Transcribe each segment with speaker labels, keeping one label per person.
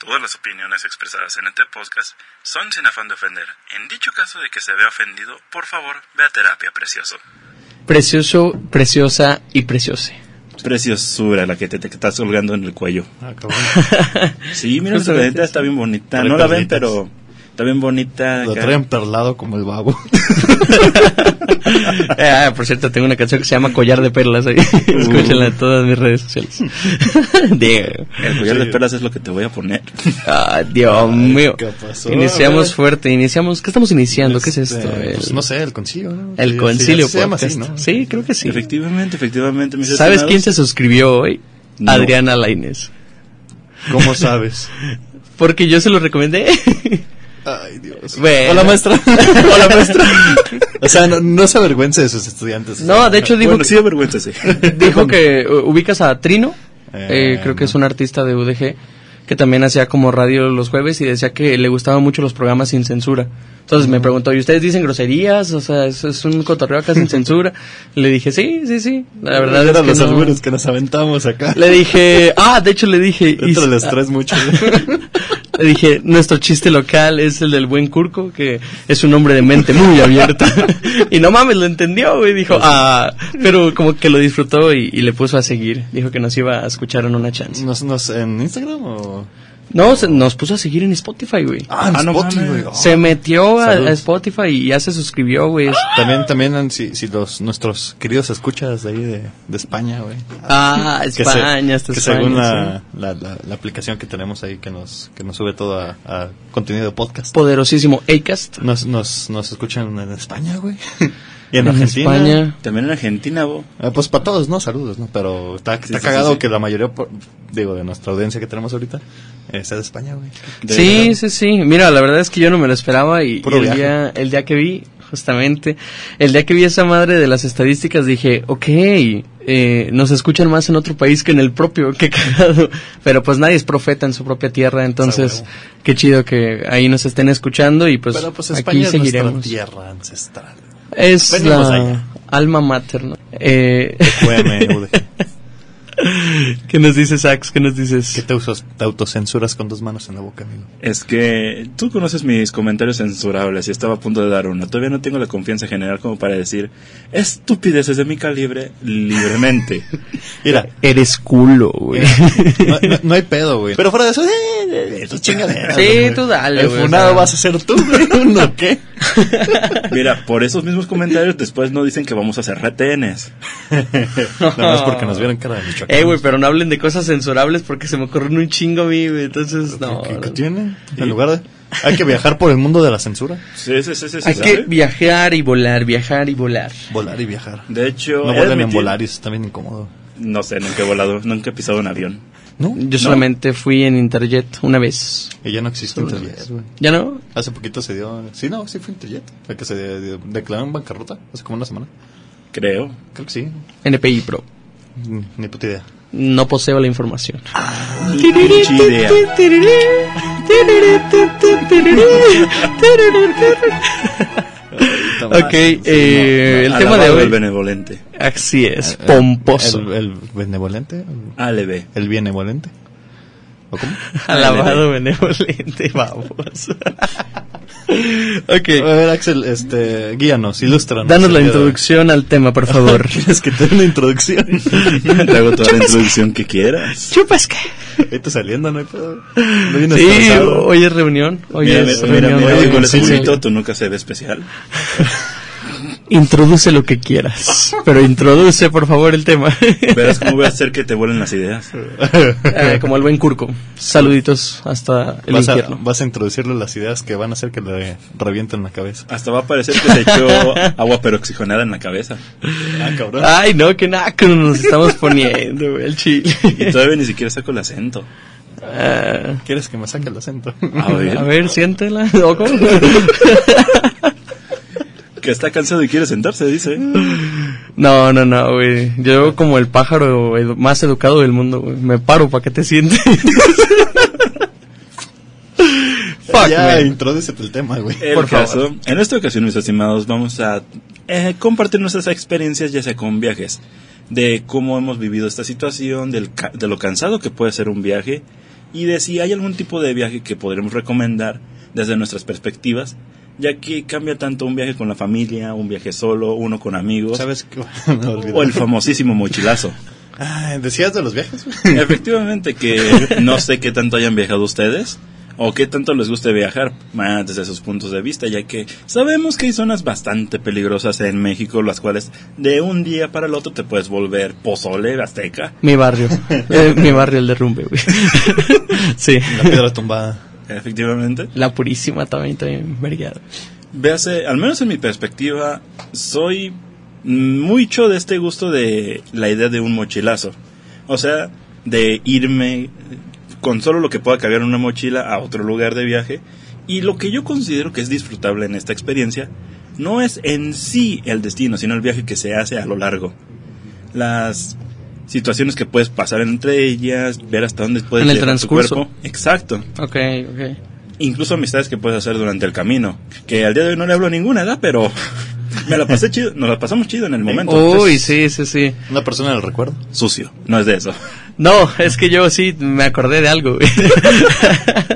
Speaker 1: Todas las opiniones expresadas en este podcast son sin afán de ofender. En dicho caso de que se vea ofendido, por favor, ve a terapia, precioso.
Speaker 2: Precioso, preciosa y preciose.
Speaker 1: Preciosura la que te, te estás colgando en el cuello.
Speaker 3: Ah, cabrón.
Speaker 1: Sí, mira, esa tarjeta está bien bonita.
Speaker 3: Trae
Speaker 1: No la ven,
Speaker 3: perlitas.
Speaker 1: pero está bien bonita.
Speaker 3: Lo
Speaker 1: acá.
Speaker 3: traen perlado como el babo.
Speaker 2: Eh, ah, por cierto, tengo una canción que se llama Collar de Perlas. ahí.
Speaker 3: Uh.
Speaker 2: Escúchenla en todas mis redes sociales. Diego.
Speaker 1: El collar
Speaker 3: Sí.
Speaker 1: de perlas es lo que te voy a poner.
Speaker 2: Ah, Dios mío.
Speaker 3: ¿qué pasó,
Speaker 2: iniciamos
Speaker 3: güey?
Speaker 2: fuerte, iniciamos. ¿Qué estamos iniciando? ¿Qué es
Speaker 3: Este,
Speaker 2: esto? El,
Speaker 3: pues, no sé, el concilio, ¿no?
Speaker 2: el
Speaker 3: Sí,
Speaker 2: concilio
Speaker 3: sí, se llama así,
Speaker 2: podcast.
Speaker 3: ¿no?
Speaker 2: Sí, creo que sí.
Speaker 1: Efectivamente, efectivamente. mis
Speaker 2: ¿Sabes
Speaker 1: estimados.
Speaker 2: quién se suscribió hoy?
Speaker 1: No.
Speaker 2: Adriana Laines.
Speaker 3: ¿Cómo sabes?
Speaker 2: Porque yo se lo recomendé.
Speaker 3: Ay, Dios.
Speaker 2: Bueno.
Speaker 3: Hola, maestra. Hola, maestra. o sea, no, no se avergüence de sus estudiantes.
Speaker 2: No, de hecho dijo,
Speaker 1: Bueno,
Speaker 2: que-
Speaker 1: sí, avergüéntese.
Speaker 2: dijo que uh, ubicas a Trino.
Speaker 3: Eh,
Speaker 2: eh, creo que
Speaker 3: no.
Speaker 2: es un artista de UDG que también hacía como radio los jueves y decía que le gustaban mucho los programas sin censura. Entonces
Speaker 3: Mm.
Speaker 2: me preguntó, ¿y ustedes dicen groserías? O sea, es, es un cotorreo acá sin censura. Le dije, sí, sí, sí. La verdad
Speaker 3: Eran
Speaker 2: es
Speaker 3: los
Speaker 2: que no".
Speaker 3: albures que nos aventamos acá.
Speaker 2: Le dije, ah, de hecho le dije, y-
Speaker 3: Dentro les traes mucho.
Speaker 2: le dije, nuestro chiste local es el del buen Curco, que es un hombre de mente muy abierta. y no mames, lo entendió, güey. Dijo, ah, pero como que lo disfrutó y, y le puso a seguir. Dijo que nos iba a escuchar en una chance.
Speaker 3: ¿Nos, nos, ¿En Instagram o...?
Speaker 2: No, se- nos puso a seguir en Spotify, güey.
Speaker 3: Ah, en
Speaker 1: Ah, no
Speaker 3: Spotify,
Speaker 1: mames.
Speaker 3: güey. Oh.
Speaker 2: Se metió a,
Speaker 3: Salud.
Speaker 2: a Spotify y ya se suscribió, güey.
Speaker 3: También, también, si, si los, nuestros queridos escuchas de ahí de, de España, güey.
Speaker 2: Ah,
Speaker 3: Que se-
Speaker 2: España, hasta
Speaker 3: que
Speaker 2: España.
Speaker 3: según la,
Speaker 2: sí.
Speaker 3: la, la, la aplicación que tenemos ahí que nos, que nos sube todo a, a contenido de podcast.
Speaker 2: Poderosísimo Acast.
Speaker 3: Nos, nos, nos escuchan en España, güey. y en,
Speaker 2: En
Speaker 3: Argentina.
Speaker 2: España.
Speaker 1: También en Argentina, bo.
Speaker 3: Ah, pues para todos, ¿no? Saludos, ¿no? Pero está, está
Speaker 1: sí,
Speaker 3: cagado
Speaker 1: sí, sí.
Speaker 3: que la mayoría, por- digo, de nuestra audiencia que tenemos ahorita, eh, sea de España, güey.
Speaker 1: De-
Speaker 2: Sí, sí, sí. Mira, la verdad es que yo no me lo esperaba y,
Speaker 3: Puro
Speaker 2: y el,
Speaker 3: viaje.
Speaker 2: día, el día que vi, justamente, el día que vi esa madre de las estadísticas dije, ok, eh, nos escuchan más en otro país que en el propio, qué cagado. Pero pues nadie es profeta en su propia tierra, entonces
Speaker 3: huevo.
Speaker 2: qué chido que ahí nos estén escuchando y pues,
Speaker 3: Pero pues
Speaker 2: aquí
Speaker 3: España es nuestra
Speaker 2: seguiremos.
Speaker 3: tierra ancestral.
Speaker 2: Es
Speaker 3: Venimos
Speaker 2: la
Speaker 3: allá.
Speaker 2: alma mater, ¿no? Eh,
Speaker 3: QM, UDG.
Speaker 2: ¿Qué nos dices, Sax? ¿Qué nos dices?
Speaker 3: que te, usas, te autocensuras con dos manos en la boca, amigo.
Speaker 1: Es que tú conoces mis comentarios censurables y estaba a punto de dar uno. Todavía no tengo la confianza general como para decir estupideces de mi calibre libremente.
Speaker 3: Mira,
Speaker 2: Eres culo, güey.
Speaker 3: Mira, no, no- no hay pedo, güey. Pero fuera de eso, eh, eh, eh, tú chingaderas,
Speaker 2: Sí,
Speaker 3: güey.
Speaker 2: tú dale,
Speaker 3: El
Speaker 2: güey,
Speaker 3: funado
Speaker 2: o sea.
Speaker 3: vas a ser tú, güey. ¿No qué?
Speaker 1: Mira, por esos mismos comentarios después no dicen que vamos a hacer retenes.
Speaker 3: Nada más porque nos vieron cara de Michoacán.
Speaker 2: Eh, güey, pero no hablen de cosas censurables porque se me ocurren un chingo a mí, güey. Entonces, no.
Speaker 3: ¿Qué,
Speaker 2: no.
Speaker 3: qué tiene? En lugar de... Hay que viajar por el mundo de la censura.
Speaker 1: Sí, sí, sí, sí. sí,
Speaker 2: Hay
Speaker 1: ¿sabe?
Speaker 2: que viajar y volar, viajar y volar.
Speaker 3: Volar y viajar.
Speaker 1: De hecho,
Speaker 3: No
Speaker 1: he de
Speaker 3: vuelan en
Speaker 1: admitir-
Speaker 3: volar y eso está bien incómodo.
Speaker 1: No sé, nunca he volado, nunca he pisado un avión.
Speaker 3: ¿No?
Speaker 2: Yo solamente fui en Interjet una vez.
Speaker 3: Y ya no existe Interjet, güey.
Speaker 2: ¿Ya no?
Speaker 3: Hace poquito se dio... Sí, no, sí fue Interjet. El que se de- de- declaró en bancarrota hace como una semana.
Speaker 1: Creo.
Speaker 3: Creo que sí.
Speaker 2: NPI Pro.
Speaker 3: Mm, Ni puta idea.
Speaker 2: No poseo la información.
Speaker 1: Ni Ah, pinche idea.
Speaker 2: Ok, eh, el tema de
Speaker 1: Alabado El
Speaker 2: hoy.
Speaker 1: benevolente.
Speaker 2: Así es, pomposo.
Speaker 3: El, el benevolente. el-
Speaker 1: ALB.
Speaker 3: El benevolente. ¿O cómo?
Speaker 2: Alabado benevolente, vamos.
Speaker 3: A
Speaker 2: ok,
Speaker 3: ver, Axel, este, guíanos, ilústranos.
Speaker 2: danos la
Speaker 3: El día de hoy.
Speaker 2: introducción al tema, por favor.
Speaker 3: ¿Quieres que te dé una introducción?
Speaker 1: Te hago toda la introducción que quieras.
Speaker 2: Chupas que.
Speaker 3: Vete saliendo, no hay pedo. No vienes
Speaker 2: Sí,
Speaker 3: cansado.
Speaker 2: hoy es reunión. Hoy
Speaker 1: Mira,
Speaker 2: es
Speaker 1: mira, mira,
Speaker 2: reunión.
Speaker 1: mira,
Speaker 2: de-
Speaker 3: oye,
Speaker 1: con el
Speaker 3: sí, sí.
Speaker 1: culito tú nunca se ve especial.
Speaker 2: Introduce lo que quieras, pero introduce por favor el tema.
Speaker 1: Verás cómo voy a hacer que te vuelen las ideas.
Speaker 2: Eh, como el buen curco. Saluditos hasta el
Speaker 3: vas, a,
Speaker 2: infierno.
Speaker 3: vas a introducirle las ideas que van a hacer que le revienten la cabeza.
Speaker 1: Hasta va a parecer que se echó agua peroxigenada en la cabeza.
Speaker 3: Ah, cabrón.
Speaker 2: Ay, no, qué naco nos estamos poniendo, güey, el chile.
Speaker 1: Y todavía ni siquiera saco el acento.
Speaker 2: Ah,
Speaker 3: ¿Quieres que me saque el acento?
Speaker 1: A ver,
Speaker 2: a ver, siéntela. ¿O cómo?
Speaker 1: que está cansado y quiere sentarse, dice.
Speaker 2: No, no, no, güey. Yo como el pájaro edu- más educado del mundo, güey. Me paro para que te sientes. Fuck,
Speaker 3: ya,
Speaker 2: man. Eh,
Speaker 3: introdúcete el tema, güey.
Speaker 1: El
Speaker 2: Por favor.
Speaker 1: caso, en esta ocasión, mis estimados, vamos a eh, compartir nuestras experiencias, ya sea con viajes, de cómo hemos vivido esta situación, del ca- de lo cansado que puede ser un viaje y de si hay algún tipo de viaje que podremos recomendar desde nuestras perspectivas, ya que cambia tanto un viaje con la familia, un viaje solo, uno con amigos,
Speaker 3: ¿Sabes qué? Me olvidé.
Speaker 1: o el famosísimo mochilazo.
Speaker 3: Ay, ¿Decías de los viajes?
Speaker 1: Efectivamente que no sé qué tanto hayan viajado ustedes o qué tanto les guste viajar ah, desde sus puntos de vista, ya que sabemos que hay zonas bastante peligrosas en México, las cuales de un día para el otro te puedes volver pozole azteca.
Speaker 2: Mi barrio. Eh, mi barrio, el derrumbe, güey. sí.
Speaker 3: La piedra tumbada.
Speaker 1: Efectivamente.
Speaker 2: La purísima también, también, vergueado.
Speaker 1: Véase, al menos en mi perspectiva, soy mucho de este gusto de la idea de un mochilazo. O sea, de irme con solo lo que pueda cargar en una mochila a otro lugar de viaje. Y lo que yo considero que es disfrutable en esta experiencia no es en sí el destino, sino el viaje que se hace a lo largo. Las situaciones que puedes pasar entre ellas, ver hasta dónde puedes
Speaker 2: En el
Speaker 1: llevar tu
Speaker 2: transcurso.
Speaker 1: cuerpo. Exacto
Speaker 2: Ok, ok.
Speaker 1: incluso amistades que puedes hacer durante el camino. Que al día de hoy no le hablo ninguna, ¿verdad? Pero me la pasé chido, nos la pasamos chido en el momento.
Speaker 2: Uy,
Speaker 1: Es
Speaker 2: sí, sí, sí.
Speaker 3: Una persona del recuerdo.
Speaker 1: Sucio, no es de eso.
Speaker 2: No, es que yo sí me acordé de algo, güey.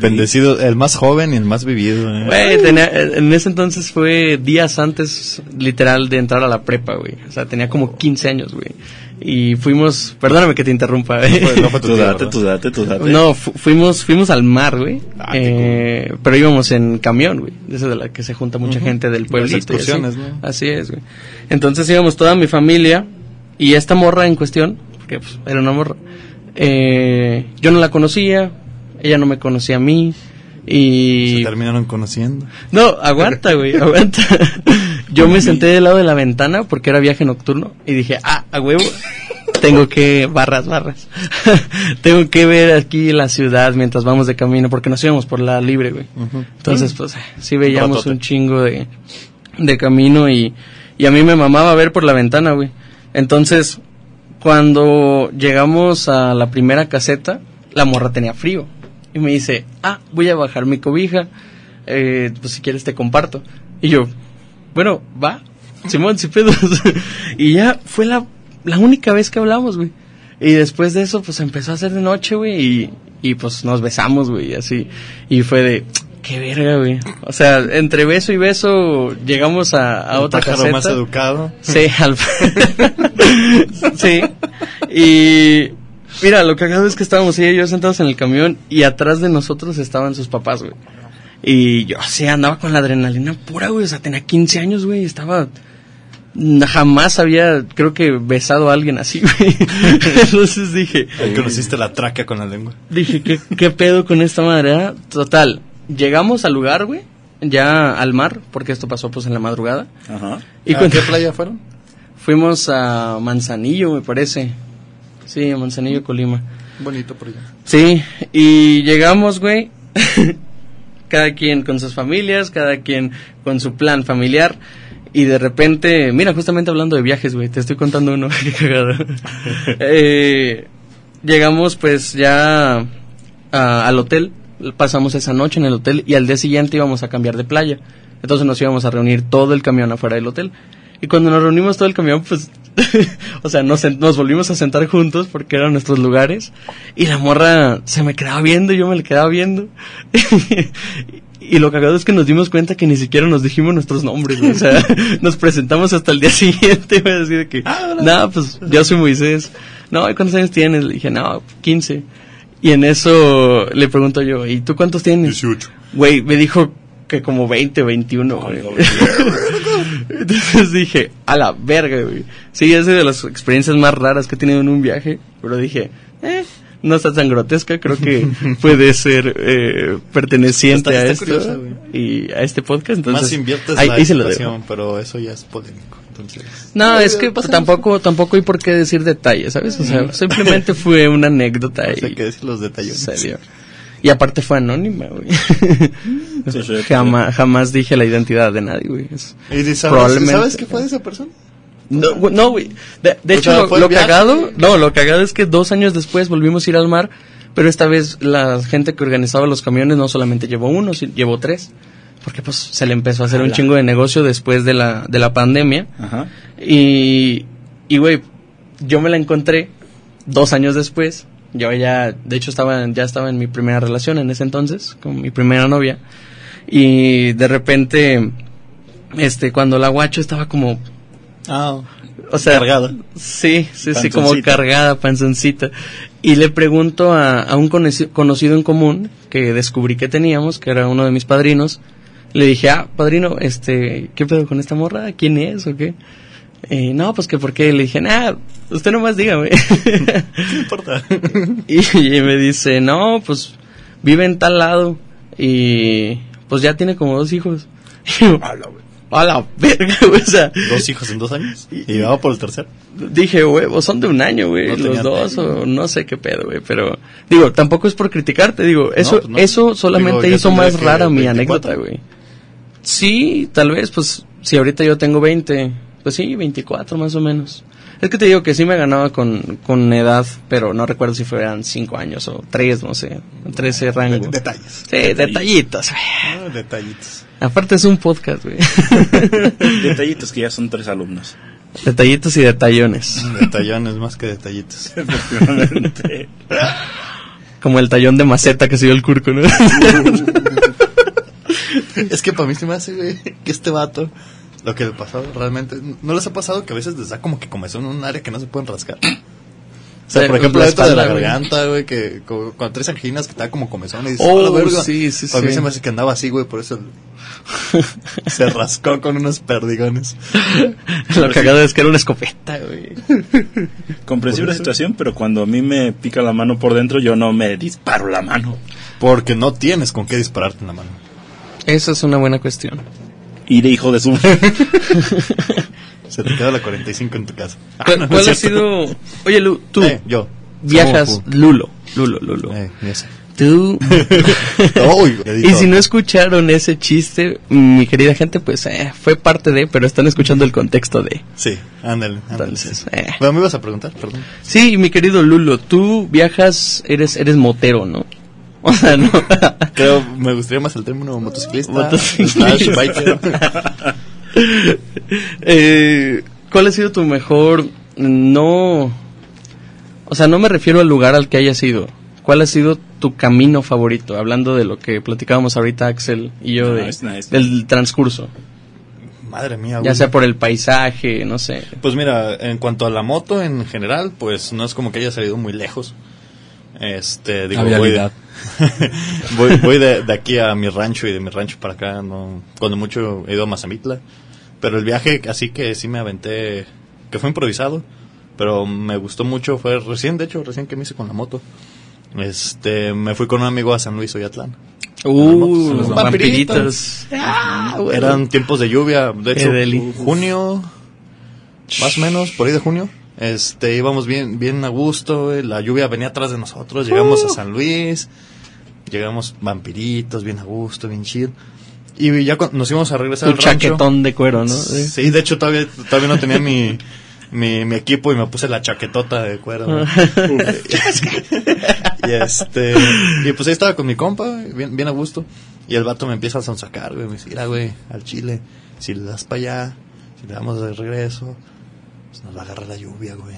Speaker 3: Bendecido, el más joven y el más vivido. eh.
Speaker 2: Güey, tenía- en ese entonces fue días antes, literal, de entrar a la prepa, güey. O sea, tenía como 15 años, güey. Y fuimos, perdóname que te interrumpa, eh.
Speaker 3: Pues no fue tu
Speaker 1: Tú
Speaker 3: tío,
Speaker 1: date,
Speaker 3: ¿verdad?
Speaker 1: tú date, tú date.
Speaker 2: No, fu- fuimos, fuimos al mar, güey.
Speaker 3: Ah,
Speaker 2: Eh, pero íbamos en camión, güey. Esa de la que se junta mucha gente del pueblito. y así.
Speaker 3: excursiones, ¿no?
Speaker 2: Así es, güey. Entonces íbamos toda mi familia y esta morra en cuestión, porque pues, era una morra, eh, yo no la conocía, ella no me conocía a mí
Speaker 3: Se
Speaker 2: y...
Speaker 3: terminaron conociendo.
Speaker 2: No, aguanta, güey, aguanta. Yo me senté del lado de la ventana porque era viaje nocturno y dije, ah, a huevo, tengo que, barras, barras, tengo que ver aquí la ciudad mientras vamos de camino porque nos íbamos por la libre, güey. Entonces, pues, sí veíamos
Speaker 3: ratote.
Speaker 2: un chingo de, de camino y, y a mí me mamaba ver por la ventana, güey. Entonces, cuando llegamos a la primera caseta, la morra tenía frío. Y me dice, ah, voy a bajar mi cobija, eh, pues si quieres te comparto. Y yo, bueno, va, Simón, sin pedos. y ya fue la, la única vez que hablamos, güey. Y después de eso, pues empezó a hacer de noche, güey, y, y pues nos besamos, güey, y así. Y fue de, qué verga, güey. O sea, entre beso y beso llegamos a, a
Speaker 3: Un
Speaker 2: otra
Speaker 3: pájaro
Speaker 2: caseta.
Speaker 3: más educado.
Speaker 2: Sí, al... sí. Y mira, lo cagado es que estábamos ella y yo sentados en el camión y atrás de nosotros estaban sus papás, güey. Y yo así andaba con la adrenalina pura, güey. O sea, tenía 15 años, güey. Estaba... Jamás había, creo que, besado a alguien así, güey. Entonces dije,
Speaker 3: Ahí conociste la traca con la lengua.
Speaker 2: Dije, ¿qué, qué pedo con esta madre? ah? Total, llegamos al lugar, güey, ya al mar, porque esto pasó pues en la madrugada.
Speaker 1: Ajá.
Speaker 2: Y
Speaker 3: ¿A
Speaker 2: cuando
Speaker 3: Ah, qué playa fueron?
Speaker 2: fuimos a Manzanillo, me parece. Sí, a Manzanillo, Colima.
Speaker 3: Bonito por allá.
Speaker 2: Sí, y llegamos, güey. cada quien con sus familias, cada quien con su plan familiar. Y de repente, mira, justamente hablando de viajes, güey, te estoy contando uno, qué cagado. Eh, llegamos pues ya a- al hotel, pasamos esa noche en el hotel y al día siguiente íbamos a cambiar de playa. Entonces nos íbamos a reunir todo el camión afuera del hotel. Y cuando nos reunimos todo el camión, pues, o sea, nos, sen- nos volvimos a sentar juntos porque eran nuestros lugares. Y la morra se me quedaba viendo, y yo me le quedaba viendo. y lo cagado es que nos dimos cuenta que ni siquiera nos dijimos nuestros nombres. güey. O sea, nos presentamos hasta el día siguiente. Me decía que, nada, pues yo soy Moisés. No, ¿y ¿cuántos años tienes? Le dije, no, 15. Y en eso le pregunto yo, ¿y tú cuántos tienes?
Speaker 3: 18.
Speaker 2: Güey, me dijo que como 20, 21. güey. Entonces dije, a la verga, güey. Sí, es de las experiencias más raras que he tenido en un viaje. Pero dije, eh, no está tan grotesca. Creo que puede ser eh, perteneciente
Speaker 3: Está-
Speaker 2: a
Speaker 3: está
Speaker 2: esto
Speaker 3: curiosa, güey.
Speaker 2: y a este podcast. Entonces,
Speaker 3: Más inviertes
Speaker 2: ahí-
Speaker 3: la
Speaker 2: ahí se lo dejo.
Speaker 3: situación, pero eso ya es polémico. Entonces,
Speaker 2: No, es que tampoco, tampoco hay por qué decir detalles, ¿sabes? O sea, simplemente fue una anécdota
Speaker 3: o sea,
Speaker 2: y
Speaker 3: que decir los detalles.
Speaker 2: salió. Y aparte fue anónima, güey.
Speaker 1: Sí, sí, sí.
Speaker 2: jamás, jamás dije la identidad de nadie, güey. Es-
Speaker 3: ¿Y sabes,
Speaker 2: Probablemente.
Speaker 3: ¿Sabes qué fue de esa persona?
Speaker 2: No, güey, no, güey. De, de
Speaker 3: O
Speaker 2: hecho,
Speaker 3: sea,
Speaker 2: lo,
Speaker 3: fue el
Speaker 2: lo
Speaker 3: viaje.
Speaker 2: cagado, no, lo cagado es que dos años después volvimos a ir al mar, pero esta vez la gente que organizaba los camiones no solamente llevó uno, si- llevó tres, porque pues se le empezó a hacer un
Speaker 1: Ala.
Speaker 2: chingo de negocio después de la, de la pandemia.
Speaker 1: Ajá.
Speaker 2: Y, y güey, yo me la encontré dos años después Yo ya, de hecho, estaba, ya estaba en mi primera relación en ese entonces, con mi primera novia. Y de repente, este, cuando la guacho estaba como
Speaker 3: Ah,
Speaker 2: o sea,
Speaker 3: Cargada.
Speaker 2: Sí, sí, sí, como
Speaker 1: Panzoncita.
Speaker 2: cargada, panzoncita. Y le pregunto a, a un coneci- conocido en común que descubrí que teníamos, que era uno de mis padrinos. Le dije, ah, padrino, este, ¿qué pedo con esta morra? ¿Quién es o qué? Eh, no, pues que por qué. Le dije, nah, usted nomás dígame.
Speaker 3: no importa.
Speaker 2: y, y me dice, no, pues vive en tal lado. Y pues ya tiene como dos hijos. Y yo, a la verga, güey, o sea,
Speaker 3: Dos hijos en dos años. Y vamos por el tercero.
Speaker 2: Dije, huevo, son de un año, güey,
Speaker 3: No
Speaker 2: los
Speaker 3: tenía
Speaker 2: dos,
Speaker 3: tele.
Speaker 2: o no sé qué pedo, güey, pero... Digo, tampoco es por criticarte, digo, eso,
Speaker 3: pues no.
Speaker 2: eso solamente
Speaker 3: Digo, ya
Speaker 2: hizo
Speaker 3: tendría
Speaker 2: más
Speaker 3: que
Speaker 2: rara mi
Speaker 3: 24.
Speaker 2: anécdota, güey. Sí, tal vez, pues, si ahorita yo tengo 20, pues sí, 24 más o menos. Es que te digo que sí me ganaba con, con edad, pero no recuerdo si fueran 5 años o 3, no sé, 13 rango.
Speaker 3: Detalles.
Speaker 2: Sí, detallitos, güey.
Speaker 3: Ah, detallitos.
Speaker 2: Aparte es un podcast, güey.
Speaker 1: Detallitos que ya son tres alumnos.
Speaker 2: detallitos y detallones.
Speaker 3: Detallones más que detallitos.
Speaker 1: Efectivamente.
Speaker 2: Como el tallón de maceta que se dio el curco, ¿no?
Speaker 3: Es que para mí se me hace, güey, que este vato, lo que le pasó realmente, ¿no les ha pasado que a veces les da como que comezón en un área que no se pueden rascar? O sea,
Speaker 2: Sí,
Speaker 3: por ejemplo,
Speaker 2: la
Speaker 3: esto de la
Speaker 2: espalda, güey.
Speaker 3: garganta, güey, que co- cuando traes anginas que te da como comezón y dices,
Speaker 2: Oh,
Speaker 3: "A la verga".
Speaker 2: sí, sí,
Speaker 3: Para mí
Speaker 2: sí.
Speaker 3: se me hace que andaba así, güey, por eso se rascó con unos perdigones.
Speaker 2: Lo cagado es que era una escopeta, güey.
Speaker 1: Comprensible situación, pero cuando a mí me pica la mano por dentro, yo no me disparo la mano.
Speaker 3: Porque no tienes con qué dispararte en la mano.
Speaker 2: Esa es una buena cuestión.
Speaker 1: Iré, hijo de su.
Speaker 3: Se te queda la 45 en tu casa. Ah,
Speaker 2: ¿Cuál,
Speaker 3: no, no
Speaker 2: cuál
Speaker 3: es
Speaker 2: ha
Speaker 3: cierto.
Speaker 2: sido...? Oye, Lu, tú
Speaker 3: Eh, yo.
Speaker 2: viajas...
Speaker 3: Somos-
Speaker 2: Lulo, Lulo, Lulo.
Speaker 3: Eh, ya sé.
Speaker 2: Tú...
Speaker 3: Uy,
Speaker 2: y si
Speaker 3: editor.
Speaker 2: no escucharon ese chiste, mi querida gente, pues eh, fue parte de, pero están escuchando el contexto de.
Speaker 3: Sí, ándale. ándale,
Speaker 2: Entonces,
Speaker 3: Ah, sí.
Speaker 2: eh.
Speaker 3: Bueno, me ibas a preguntar, perdón.
Speaker 2: Sí, mi querido Lulo, tú viajas, eres, eres motero, ¿no? O sea, no...
Speaker 3: Creo, me gustaría más el término motociclista.
Speaker 2: Motociclista.
Speaker 3: slash biker.
Speaker 2: Eh, ¿Cuál ha sido tu mejor? No. O sea, no me refiero al lugar al que hayas ido. ¿Cuál ha sido tu camino favorito? Hablando de lo que platicábamos ahorita Axel y yo de-
Speaker 1: Nice, Ah, nice.
Speaker 2: del transcurso.
Speaker 3: Madre mía,
Speaker 2: Ya
Speaker 3: güey.
Speaker 2: sea por el paisaje, no sé.
Speaker 3: Pues mira, en cuanto a la moto en general, pues no es como que haya salido muy lejos. Este, digo,
Speaker 1: La
Speaker 3: voy, de,
Speaker 1: vialidad.
Speaker 3: voy, voy de, de aquí a mi rancho y de mi rancho para acá, no, cuando mucho he ido a Mazamitla. Pero el viaje, así que sí me aventé, que fue improvisado, pero me gustó mucho, fue recién, de hecho, recién que me hice con la moto. Este, me fui con un amigo a San Luis Oyatlán.
Speaker 2: Uh,
Speaker 3: Los
Speaker 2: vampiritos. Ah, güey.
Speaker 3: Eran tiempos de lluvia, de
Speaker 2: Qué
Speaker 3: hecho,
Speaker 2: deli.
Speaker 3: junio, más o menos, por ahí de junio. Este, íbamos bien, bien a gusto, güey, la lluvia venía atrás de nosotros, llegamos
Speaker 2: Uh.
Speaker 3: a San Luis, llegamos vampiritos, bien a gusto, bien chill. Y ya cu- nos íbamos a regresar
Speaker 2: Tu
Speaker 3: al rancho.
Speaker 2: chaquetón de cuero, ¿no?
Speaker 3: Sí, de hecho todavía, todavía no tenía mi, mi, mi equipo y me puse la chaquetota de cuero.
Speaker 2: Ah.
Speaker 3: güey. y este, y pues ahí estaba con mi compa, güey, bien, bien a gusto. Y el vato me empieza a sonsacar, güey. Me dice, mira, güey, al chile, si le das para allá, si le damos de regreso, pues nos va a agarrar la lluvia, güey.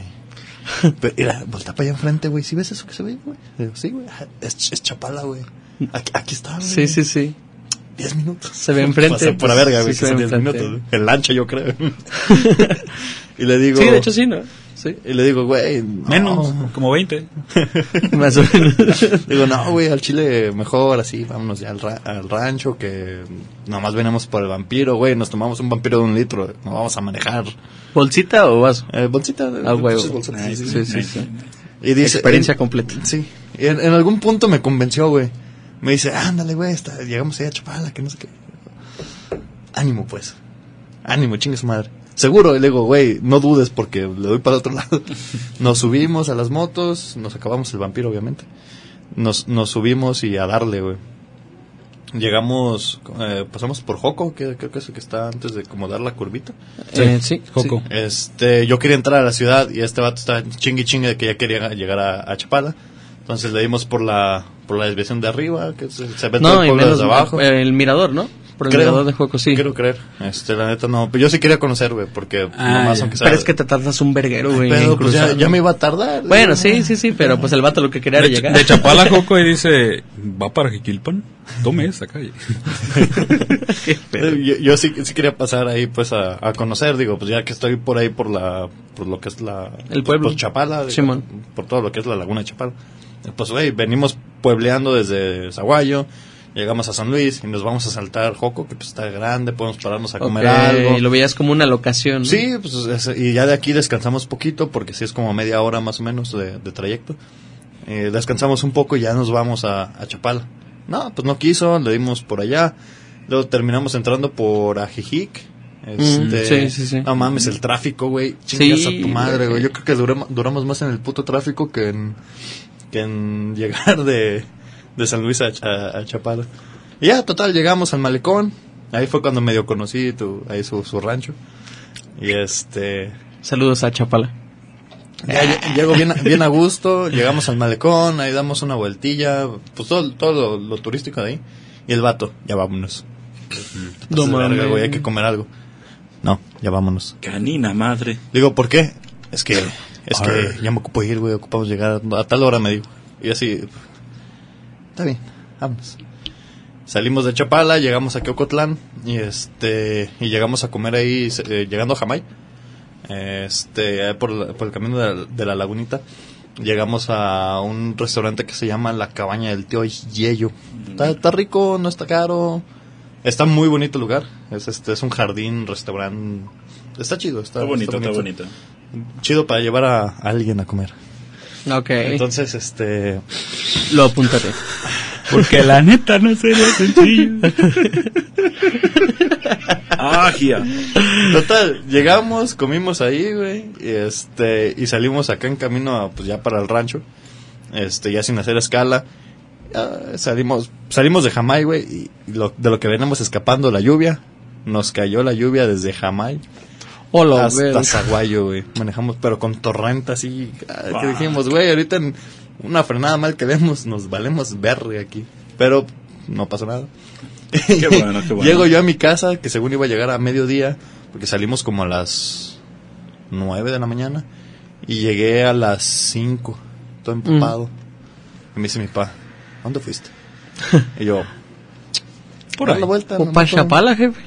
Speaker 3: Pero mira, volta para allá enfrente, güey. ¿Sí ves eso que se ve, güey? Le digo, sí, güey, ajá, es, ch- es Chapala, güey. Aquí, aquí está, güey.
Speaker 2: Sí, sí, sí.
Speaker 3: 10 minutos.
Speaker 2: Se ve enfrente,
Speaker 3: Pasa por
Speaker 2: pues,
Speaker 3: la verga,
Speaker 2: sí
Speaker 3: güey,
Speaker 2: se
Speaker 3: que
Speaker 2: ve
Speaker 3: son 10
Speaker 2: enfrente.
Speaker 3: minutos. güey. En lancha, yo creo. y le digo.
Speaker 2: Sí, de hecho sí, ¿no? Sí.
Speaker 3: Y le digo, güey. no.
Speaker 4: Menos, como 20.
Speaker 2: Más o menos.
Speaker 3: Digo, no, güey, al chile mejor así, vámonos ya al, ra- al rancho, que nomás venimos por el vampiro, güey, nos tomamos un vampiro de un litro, no vamos a manejar.
Speaker 2: ¿Bolsita o vaso?
Speaker 3: Eh, bolsita,
Speaker 2: Ah, huevo.
Speaker 3: pinches bolsotas,
Speaker 1: Nice,
Speaker 3: sí, sí.
Speaker 2: Sí, sí, sí.
Speaker 3: Y dice,
Speaker 2: Experiencia
Speaker 3: en-
Speaker 2: completa.
Speaker 3: Sí, Y en, en algún punto me convenció, güey. Me dice, ándale, güey, está- llegamos ahí a Chapala, que no sé qué. Ánimo, pues. Ánimo, chingue su madre. Seguro, y le digo, güey, no dudes porque le doy para el otro lado. Nos subimos a las motos, nos acabamos el vampiro, obviamente. Nos, nos subimos y a darle, güey. Llegamos, eh, pasamos por Joco, que creo que es el que está antes de como dar la curvita.
Speaker 2: Eh, sí,
Speaker 4: Joco.
Speaker 2: sí.
Speaker 3: Este, yo quería entrar a la ciudad y este vato estaba chingui chingue de que ya quería llegar a, a Chapala. Entonces le dimos por la, por la desviación de arriba, que se, se ve todo
Speaker 2: No, y
Speaker 3: el pueblo
Speaker 2: menos
Speaker 3: desde abajo.
Speaker 2: eh, el mirador, ¿no? por el navegador de juego, sí.
Speaker 3: Quiero creer. Este, la neta no. Pero yo sí quería conocer, güey, porque
Speaker 4: Ah,
Speaker 3: nomás
Speaker 4: ya.
Speaker 3: aunque sea.
Speaker 2: Pero es que te tardas un verguero, güey.
Speaker 3: Pero,
Speaker 2: en
Speaker 3: pues, ya,
Speaker 2: cruzar.
Speaker 3: ya me iba a tardar.
Speaker 2: Bueno, sí, sí, sí, pero pues el vato lo que quería era
Speaker 4: De,
Speaker 2: llegar.
Speaker 4: de Chapala Joco y dice, va para Jiquilpan, tome esa calle.
Speaker 2: Qué pedo.
Speaker 3: Yo, yo sí, sí quería pasar ahí, pues, a, a conocer, digo, pues ya que estoy por ahí, por la, por lo que es la...
Speaker 2: El pueblo.
Speaker 3: Por Chapala. digo,
Speaker 2: Simón.
Speaker 3: Por todo lo que es la laguna de Chapala. Pues, güey, venimos puebleando desde Zaguayo, llegamos a San Luis y nos vamos a saltar Joco, que pues está grande, podemos pararnos a comer
Speaker 2: Ok,
Speaker 3: algo.
Speaker 2: Y lo veías como una locación. ¿no?
Speaker 3: Sí, pues, es- y ya de aquí descansamos poquito, porque sí es como media hora más o menos de, de trayecto. Eh, descansamos un poco y ya nos vamos a, a Chapala. No, pues no quiso, le dimos por allá. Luego terminamos entrando por Ajijic. Este,
Speaker 2: Mm, sí, sí, sí.
Speaker 3: No mames, el tráfico, güey. Chingas
Speaker 2: Sí,
Speaker 3: a tu madre,
Speaker 2: güey.
Speaker 3: güey. Yo creo que duramos, duramos más en el puto tráfico que en, que en llegar de, de San Luis a, a- a Chapala. Y ya, total, llegamos al malecón. Ahí fue cuando medio conocí tu, ahí su, su rancho. Y este.
Speaker 2: Saludos a Chapala.
Speaker 3: Ya lle- llego bien, a- bien a gusto, llegamos al malecón, ahí damos una vueltilla, pues todo, todo lo, lo turístico de ahí. Y el vato, ya vámonos. Te pasas
Speaker 2: No
Speaker 3: de verga,
Speaker 2: mames.
Speaker 3: güey, hay que comer algo. No, ya vámonos.
Speaker 1: Canina madre.
Speaker 3: Digo, ¿por qué? Es que, es que ya me ocupo ir, güey, ocupamos llegar a tal hora, me dijo. Y así, está bien, vamos. Salimos de Chapala, llegamos a Ocotlán y este y llegamos a comer ahí, se- eh, llegando a Jamay, este, ahí por, la- por el camino de la, de la lagunita, llegamos a un restaurante que se llama La Cabaña del Tío Yello. Está, está rico, no está caro, está muy bonito el lugar, es, este, es un jardín, restaurante, está chido, está,
Speaker 1: Está bonito, está bonito.
Speaker 3: Chido para llevar a, a alguien a comer.
Speaker 2: Ok.
Speaker 3: Entonces, este,
Speaker 2: lo apuntaré.
Speaker 4: Porque la neta no sería sencillo.
Speaker 1: ¡Agia!
Speaker 3: Total, llegamos, comimos ahí, güey, y este, y salimos acá en camino, a, pues ya para el rancho, este, ya sin hacer escala, Ya salimos, salimos de Jamay, güey, y lo- de lo que veníamos escapando, la lluvia, nos cayó la lluvia desde Jamay
Speaker 2: Hola,
Speaker 3: hasta Zaguayo, güey, manejamos, pero con torrenta así, ah, que
Speaker 1: Fuck.
Speaker 3: dijimos, güey, ahorita en una frenada mal que demos, nos valemos verga aquí, pero no pasó nada.
Speaker 1: Qué bueno, qué bueno.
Speaker 3: Llego yo a mi casa, que según iba a llegar a mediodía, porque salimos como a las 9 de la mañana, y llegué a las 5,
Speaker 2: Mm.
Speaker 3: todo empapado. Y me dice mi pa, ¿dónde fuiste? Y yo,
Speaker 4: Por
Speaker 3: "Dar
Speaker 4: ahí.
Speaker 3: la vuelta.
Speaker 2: O
Speaker 3: nomás,
Speaker 2: pa'
Speaker 3: por-
Speaker 2: Chapala, jefe.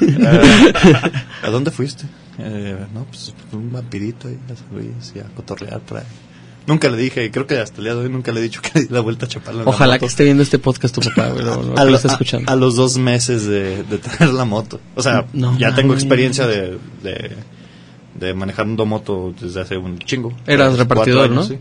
Speaker 3: Eh, ¿A dónde fuiste? Eh, no, pues un vampirito ahí, a San Luis, y a cotorrear por ahí. Nunca le dije, y creo que hasta el día de hoy nunca le he dicho que le di la vuelta a Chapala. en la
Speaker 2: Ojalá
Speaker 3: moto.
Speaker 2: que esté viendo este podcast tu papá, güey. No, no, que
Speaker 3: A,
Speaker 2: lo
Speaker 3: lo-
Speaker 2: esté
Speaker 3: a-
Speaker 2: Pues, escuchando.
Speaker 3: a los dos meses de, de tener la moto. O sea,
Speaker 2: No
Speaker 3: ya tengo
Speaker 2: mames.
Speaker 3: experiencia de, de, de manejar un moto desde hace un chingo.
Speaker 2: Eras
Speaker 3: Cuatro
Speaker 2: repartidor,
Speaker 3: años,
Speaker 2: ¿no?
Speaker 3: sí.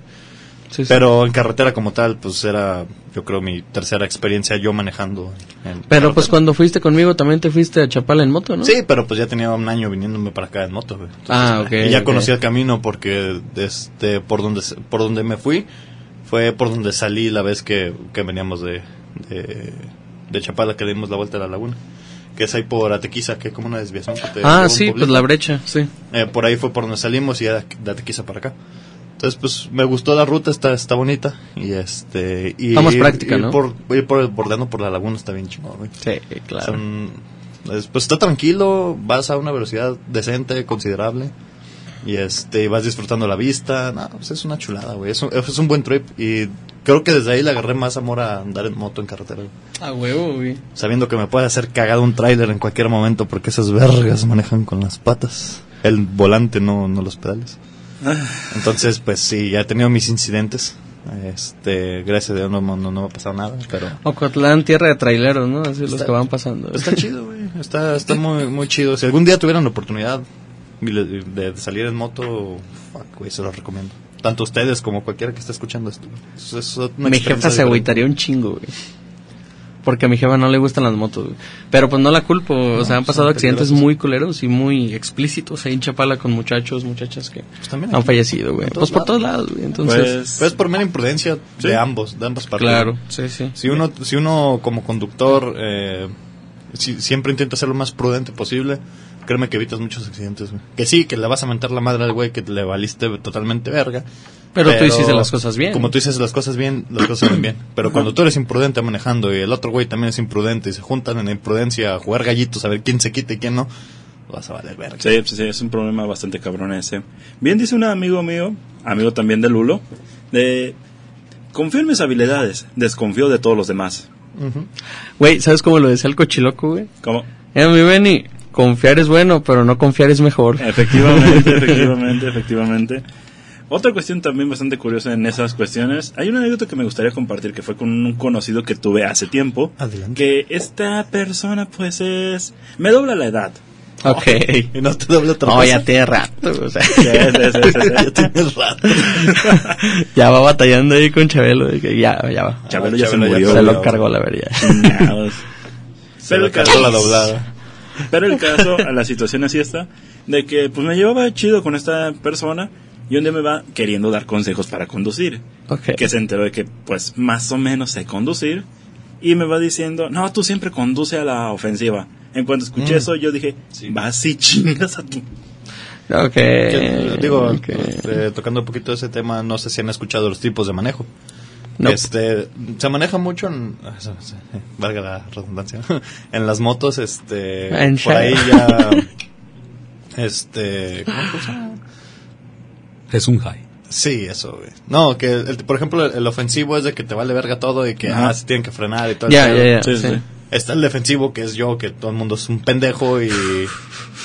Speaker 2: Sí, sí.
Speaker 3: Pero en carretera como tal, pues era, yo creo, mi tercera experiencia yo manejando. en-
Speaker 2: Pero pues cuando fuiste conmigo también te fuiste a Chapala en moto, ¿no?
Speaker 3: Sí, pero pues ya tenía un año viniéndome para acá en moto. güey. Entonces,
Speaker 2: Ah, ok,
Speaker 3: Y ya
Speaker 2: ok.
Speaker 3: conocía el camino porque este, por, donde, s- por donde me fui fue por donde salí la vez que, que veníamos de, de, de Chapala, que le dimos la vuelta a la laguna. Que es ahí por Atequiza, que es como una desviación. que te lleva a
Speaker 2: Ah,
Speaker 3: un
Speaker 2: sí, pues
Speaker 3: pueblito.
Speaker 2: la brecha, sí.
Speaker 3: Eh, por ahí fue por donde salimos y ya de- de Atequiza para acá. Entonces, pues me gustó la ruta, está, está bonita. Y este. Y,
Speaker 2: Está más práctica,
Speaker 3: ir
Speaker 2: ¿no?
Speaker 3: Por, ir por el bordeando por la laguna está bien chingón, güey.
Speaker 2: Sí, claro.
Speaker 3: Son- es- pues está tranquilo, vas a una velocidad decente, considerable. Y este, vas disfrutando la vista. No, pues es una chulada, güey. Es un, es un buen trip. Y creo que desde ahí le agarré más amor a andar en moto en carretera. güey.
Speaker 2: A huevo, güey.
Speaker 3: Sabiendo que me puede hacer cagado un tráiler en cualquier momento porque esas vergas manejan con las patas. El volante, no, no los pedales. Entonces, pues sí, ya he tenido mis incidentes. Este, gracias a Dios no, no, no me ha pasado nada, pero...
Speaker 2: Ocotlán, tierra de traileros, ¿no? Así los
Speaker 3: Está-
Speaker 2: que van pasando.
Speaker 3: Está chido, güey. Está, está muy, muy chido. Si algún día tuvieran la oportunidad de, de salir en moto, fuck, güey, se los recomiendo. Tanto ustedes como cualquiera que esté escuchando esto. güey. Es- es una
Speaker 2: Mi
Speaker 3: experiencia
Speaker 2: jefa se
Speaker 3: diferente.
Speaker 2: agüitaría un chingo, güey. Porque a mi jefa no le gustan las motos, güey. Pero pues no la culpo. o sea, han
Speaker 3: son
Speaker 2: pasado accidentes
Speaker 3: peligrosos.
Speaker 2: muy culeros y muy explícitos ahí en Chapala con muchachos, muchachas que
Speaker 3: Pues también
Speaker 2: han
Speaker 3: aquí.
Speaker 2: fallecido, güey.
Speaker 3: En
Speaker 2: Pues
Speaker 3: todos
Speaker 2: por todos
Speaker 3: lados.
Speaker 2: lados, güey. Entonces,
Speaker 1: Pues,
Speaker 3: Pero es por mera imprudencia
Speaker 1: Sí.
Speaker 3: de ambos, de ambas partes.
Speaker 2: claro. Sí, sí.
Speaker 3: Si uno, si uno como conductor eh, si- siempre intenta ser lo más prudente posible, Créeme que evitas muchos accidentes, güey. Que sí, que le vas a mentar la madre al güey que le valiste totalmente verga.
Speaker 2: Pero, tú hiciste las cosas bien.
Speaker 3: Como tú dices las cosas bien, las cosas salen bien. Pero cuando tú eres imprudente manejando y el otro güey también es imprudente y se juntan en la imprudencia a jugar gallitos a ver quién se quita y quién no, vas a valer verga.
Speaker 1: pues, Sí, sí, sí, es un problema bastante cabrón ese. Bien dice un amigo mío, amigo también de Lulo, de... Confío en mis habilidades, desconfío de todos los demás.
Speaker 3: Ujú.
Speaker 2: Güey, ¿sabes cómo lo decía el cochiloco, güey?
Speaker 1: Como,
Speaker 2: Eh, mi Benny, confiar es bueno, pero no confiar es mejor.
Speaker 1: Eh. Efectivamente, efectivamente, efectivamente. Otra cuestión también bastante curiosa en esas cuestiones. Hay una anécdota que me gustaría compartir que fue con un conocido que tuve hace tiempo.
Speaker 3: Adelante.
Speaker 1: Que esta persona, pues es. Me dobla la edad.
Speaker 2: ok.
Speaker 3: Y no te doble otra
Speaker 2: No,
Speaker 3: cosa.
Speaker 2: ya tiene rato, o sea,
Speaker 1: Sí, sí, sí, sí, sí.
Speaker 3: Ya tienes rato.
Speaker 2: ya va batallando ahí con Chabelo, de que ya, ya va.
Speaker 1: Chabelo ya se
Speaker 3: Chabelo ya
Speaker 1: murió.
Speaker 2: se
Speaker 3: ya.
Speaker 2: lo cargó la verga.
Speaker 1: Chingados.
Speaker 3: Se
Speaker 1: Pero
Speaker 3: le
Speaker 1: el caso-
Speaker 3: cargó la doblada.
Speaker 1: Pero el caso, a la situación así está, de que pues me llevaba chido con esta persona y un día me va queriendo dar consejos para conducir.
Speaker 2: Ok.
Speaker 1: que se enteró de que pues más o menos sé conducir y me va diciendo, no, tú siempre conduce a la ofensiva. En cuanto escuché
Speaker 3: Mm.
Speaker 1: eso, yo dije, vas y chingas a tu...
Speaker 2: Ok.
Speaker 3: Que, digo,
Speaker 2: Eh, ok.
Speaker 3: este, tocando un poquito ese tema, no sé si han escuchado los tipos de manejo.
Speaker 2: No.
Speaker 3: Este, se maneja mucho en, valga la redundancia, en las motos, este,
Speaker 2: En
Speaker 3: por ahí ya,
Speaker 2: Shanghai.
Speaker 3: este, ¿cómo se usa?
Speaker 4: Es un high.
Speaker 3: Sí, eso, güey. No, que, el- por ejemplo, el, el ofensivo es de que te vale verga todo y que,
Speaker 1: Ajá.
Speaker 3: ah, se tienen que frenar y todo. el
Speaker 2: Ya,
Speaker 3: pedo.
Speaker 2: ya, ya.
Speaker 1: Sí, sí,
Speaker 2: sí.
Speaker 1: sí.
Speaker 3: Está el defensivo, que es yo, que todo el mundo es un pendejo y...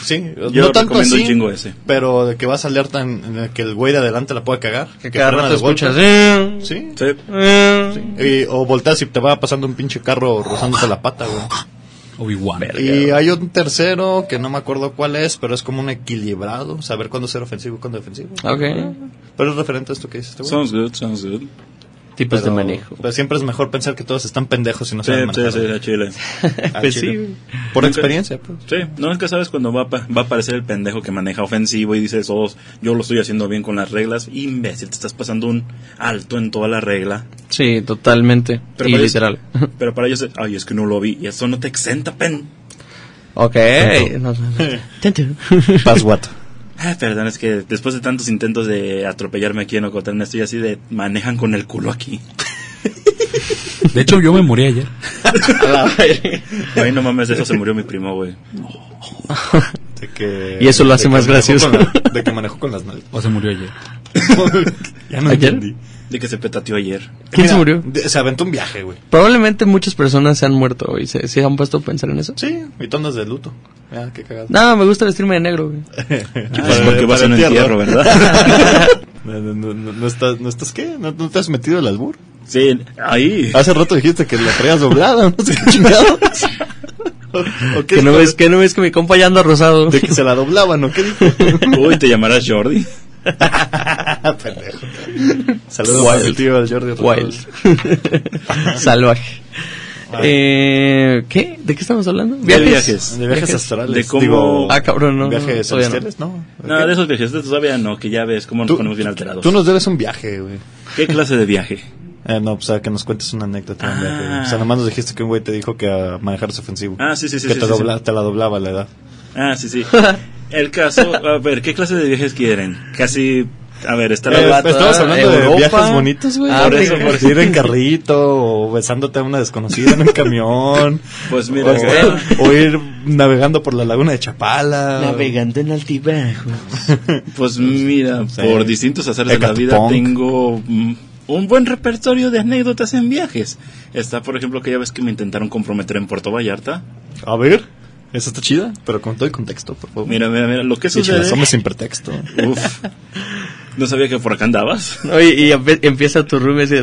Speaker 3: Sí,
Speaker 1: Yo
Speaker 3: no tanto
Speaker 1: recomiendo
Speaker 3: así,
Speaker 1: un chingo ese.
Speaker 3: pero de que vas alerta en, en el que el güey de adelante la pueda cagar.
Speaker 2: Que cada
Speaker 3: frena
Speaker 2: rato
Speaker 3: de golpe.
Speaker 2: escuchas. eh,
Speaker 3: Sí.
Speaker 1: Sí.
Speaker 2: eh.
Speaker 3: Y- o volteas y te va pasando un pinche carro rozándote la pata, güey.
Speaker 4: Obi-Wan.
Speaker 3: Y hay un tercero que no me acuerdo cuál es, pero es como un equilibrado, saber cuándo ser ofensivo y cuándo defensivo.
Speaker 2: Ah. Ok.
Speaker 3: Pero es referente a esto que dices tú. güey.
Speaker 1: Sounds good, sounds good.
Speaker 2: Tipos
Speaker 3: Pero-
Speaker 2: pues de manejo.
Speaker 3: Pero siempre es mejor pensar que todos están pendejos y no
Speaker 1: Sí,
Speaker 3: saben
Speaker 1: sí,
Speaker 3: manejar.
Speaker 1: sí, a Chile.
Speaker 3: Ah,
Speaker 2: Pues
Speaker 3: chido.
Speaker 2: sí, güey.
Speaker 3: Por
Speaker 1: Nunca-
Speaker 3: experiencia, pues.
Speaker 1: Sí, no es que sabes cuando va a, pa- va a aparecer el pendejo que maneja ofensivo y dices, oh, yo lo estoy haciendo bien con las reglas. Imbécil, te estás pasando un alto en toda la regla.
Speaker 2: Sí, totalmente.
Speaker 1: Pero
Speaker 2: y
Speaker 1: para
Speaker 2: literal.
Speaker 1: ellos- pero para ellos, es, ay, es que no lo vi. Y eso no te exenta, pen.
Speaker 2: Ok. No, no, no. Tanto.
Speaker 3: Pasguato.
Speaker 1: Ah, perdón, es que después de tantos intentos de atropellarme aquí en Ocotlán, estoy así de manejan con el culo aquí.
Speaker 4: De hecho, yo me morí ayer.
Speaker 1: Ay, no mames, de eso se murió mi primo, güey.
Speaker 3: De que-
Speaker 2: Y eso lo
Speaker 3: de
Speaker 2: hace
Speaker 3: que
Speaker 2: más
Speaker 3: manejó
Speaker 2: gracioso.
Speaker 3: con la- de que manejó con las nalgas.
Speaker 4: O se murió ayer.
Speaker 3: ya no
Speaker 2: ¿Ayer?
Speaker 3: entendí.
Speaker 1: De que se petateó ayer.
Speaker 2: ¿Quién se murió?
Speaker 3: de- se aventó un viaje, güey.
Speaker 2: Probablemente muchas personas se han muerto y se, se han puesto a pensar en eso.
Speaker 3: Sí, mi tonda es de luto. Ya, qué cagado. Eh,
Speaker 2: No, me gusta vestirme de negro, güey.
Speaker 1: Ah, es porque vas a un entierro, ¿verdad?
Speaker 3: No, no, Eh, no, no, no estás, ¿no estás qué? ¿No, no te has metido el albur?
Speaker 1: Sí, ahí.
Speaker 3: Hace rato dijiste que la traías doblada, no sé qué chingado. ¿O, o qué
Speaker 2: Que no ves que no ves que mi compa ya anda rosado.
Speaker 3: De que se la doblaban, ¿o qué dijo?
Speaker 1: Uy, te llamarás Jordi.
Speaker 3: Pendejo. Saludos a mi tío, al Jordi Rosales.
Speaker 2: Salvaje. Eh, ¿Qué? ¿De qué estamos hablando?
Speaker 1: De viajes.
Speaker 3: De viajes astrales.
Speaker 1: De cómo-
Speaker 2: Ah, cabrón, no,
Speaker 3: ¿Viajes
Speaker 2: todavía no.
Speaker 3: celestiales? No.
Speaker 1: No, de esos viajes todavía no, que ya ves cómo nos ponemos bien alterados.
Speaker 3: Tú nos debes un viaje, güey.
Speaker 1: ¿Qué clase de viaje?
Speaker 3: Eh, no, pues a que nos cuentes una anécdota de un
Speaker 1: Ah.
Speaker 3: viaje. güey. O sea, nomás nos dijiste que un güey te dijo que a manejar es ofensivo.
Speaker 1: Ah, sí, sí, sí,
Speaker 3: Que
Speaker 1: sí,
Speaker 3: te,
Speaker 1: sí,
Speaker 3: dobla- te la doblaba la edad.
Speaker 1: Ah, sí, sí. El caso, a ver, ¿qué clase de viajes quieren? Casi, a ver, está
Speaker 3: Eh,
Speaker 1: la...
Speaker 2: vato,
Speaker 3: estabas
Speaker 2: ah,
Speaker 3: hablando
Speaker 2: Europa.
Speaker 3: de viajes bonitos, güey.
Speaker 2: Ah,
Speaker 3: Por
Speaker 1: ok.
Speaker 3: eso, por ir en carrito o besándote a una desconocida en un camión.
Speaker 1: Pues
Speaker 3: o,
Speaker 1: mira, bueno,
Speaker 3: o ir navegando por la laguna de Chapala.
Speaker 2: Navegando en altibajo.
Speaker 1: Pues mira,
Speaker 3: Sí.
Speaker 1: por distintos azares de la vida
Speaker 3: Hecatopunk.
Speaker 1: tengo mm, un buen repertorio de anécdotas en viajes. Está, por ejemplo, aquella vez que me intentaron comprometer en Puerto Vallarta.
Speaker 3: A ver, eso está chida, pero con todo el contexto, por favor.
Speaker 1: Mira, mira, mira, lo que
Speaker 3: Y chile,
Speaker 1: sucede...
Speaker 3: somos sin pretexto.
Speaker 1: Uf, no sabía que por acá andabas.
Speaker 2: Oye, y empe- empieza tu room y dice,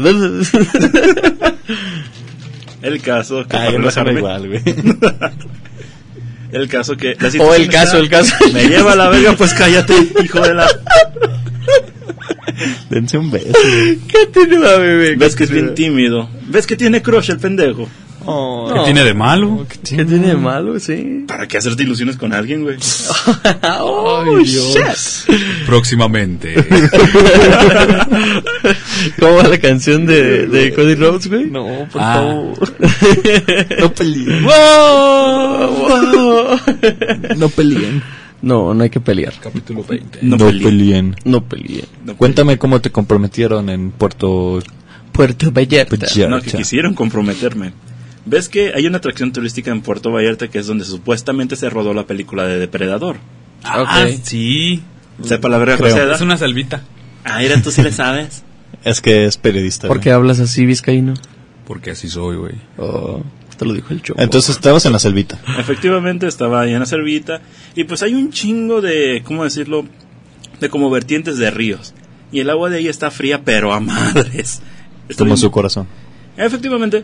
Speaker 1: El caso que...
Speaker 3: Ah,
Speaker 1: para
Speaker 3: yo no sabe
Speaker 1: relajarme-
Speaker 3: igual, güey.
Speaker 1: El caso que... la
Speaker 2: O
Speaker 1: situación
Speaker 2: el caso,
Speaker 1: está-
Speaker 2: el caso.
Speaker 1: Me lleva a la verga, pues cállate, hijo de la...
Speaker 3: Dense un beso.
Speaker 2: Continúa, bebé.
Speaker 1: Ves que es bien tímido. Ves que tiene crush el pendejo.
Speaker 3: Oh,
Speaker 4: ¿Qué
Speaker 2: No.
Speaker 4: tiene de malo?
Speaker 2: ¿Qué tiene de malo? Sí.
Speaker 1: ¿Para qué hacerte ilusiones con alguien, güey?
Speaker 2: oh, shit.
Speaker 4: Próximamente.
Speaker 2: ¿Cómo va la canción de, de Cody Rhodes, güey?
Speaker 3: No, por
Speaker 4: Ah.
Speaker 3: favor. No peleen.
Speaker 2: Wow, wow.
Speaker 3: No peleen.
Speaker 2: No, no hay que pelear.
Speaker 4: Capítulo 20.
Speaker 1: No, peli-
Speaker 3: peleen.
Speaker 2: No peleen.
Speaker 1: no peli-
Speaker 3: Cuéntame cómo te comprometieron en Puerto
Speaker 2: Puerto Vallarta.
Speaker 3: Vallarta.
Speaker 1: No, que quisieron comprometerme. ¿Ves que hay una atracción turística en Puerto Vallarta que es donde supuestamente se rodó la película de Depredador?
Speaker 4: Ah,
Speaker 2: Ok.
Speaker 4: sí.
Speaker 1: Sepa la verdad,
Speaker 3: Creo.
Speaker 1: José, ¿da?
Speaker 4: Es una salvita.
Speaker 1: Ah, mira, tú sí le sabes.
Speaker 3: Es que es periodista.
Speaker 2: ¿Por
Speaker 3: güey.
Speaker 2: qué hablas así, vizcaíno?
Speaker 4: Porque así soy, güey.
Speaker 2: Oh, te lo dijo el chombo.
Speaker 3: Entonces estabas en la selvita.
Speaker 1: Efectivamente, estaba ahí en la servita. Y pues hay un chingo de, ¿cómo decirlo? De como vertientes de ríos. Y el agua de ahí está fría, pero a madres. Está
Speaker 3: Como
Speaker 1: bien-
Speaker 3: su corazón.
Speaker 1: Efectivamente.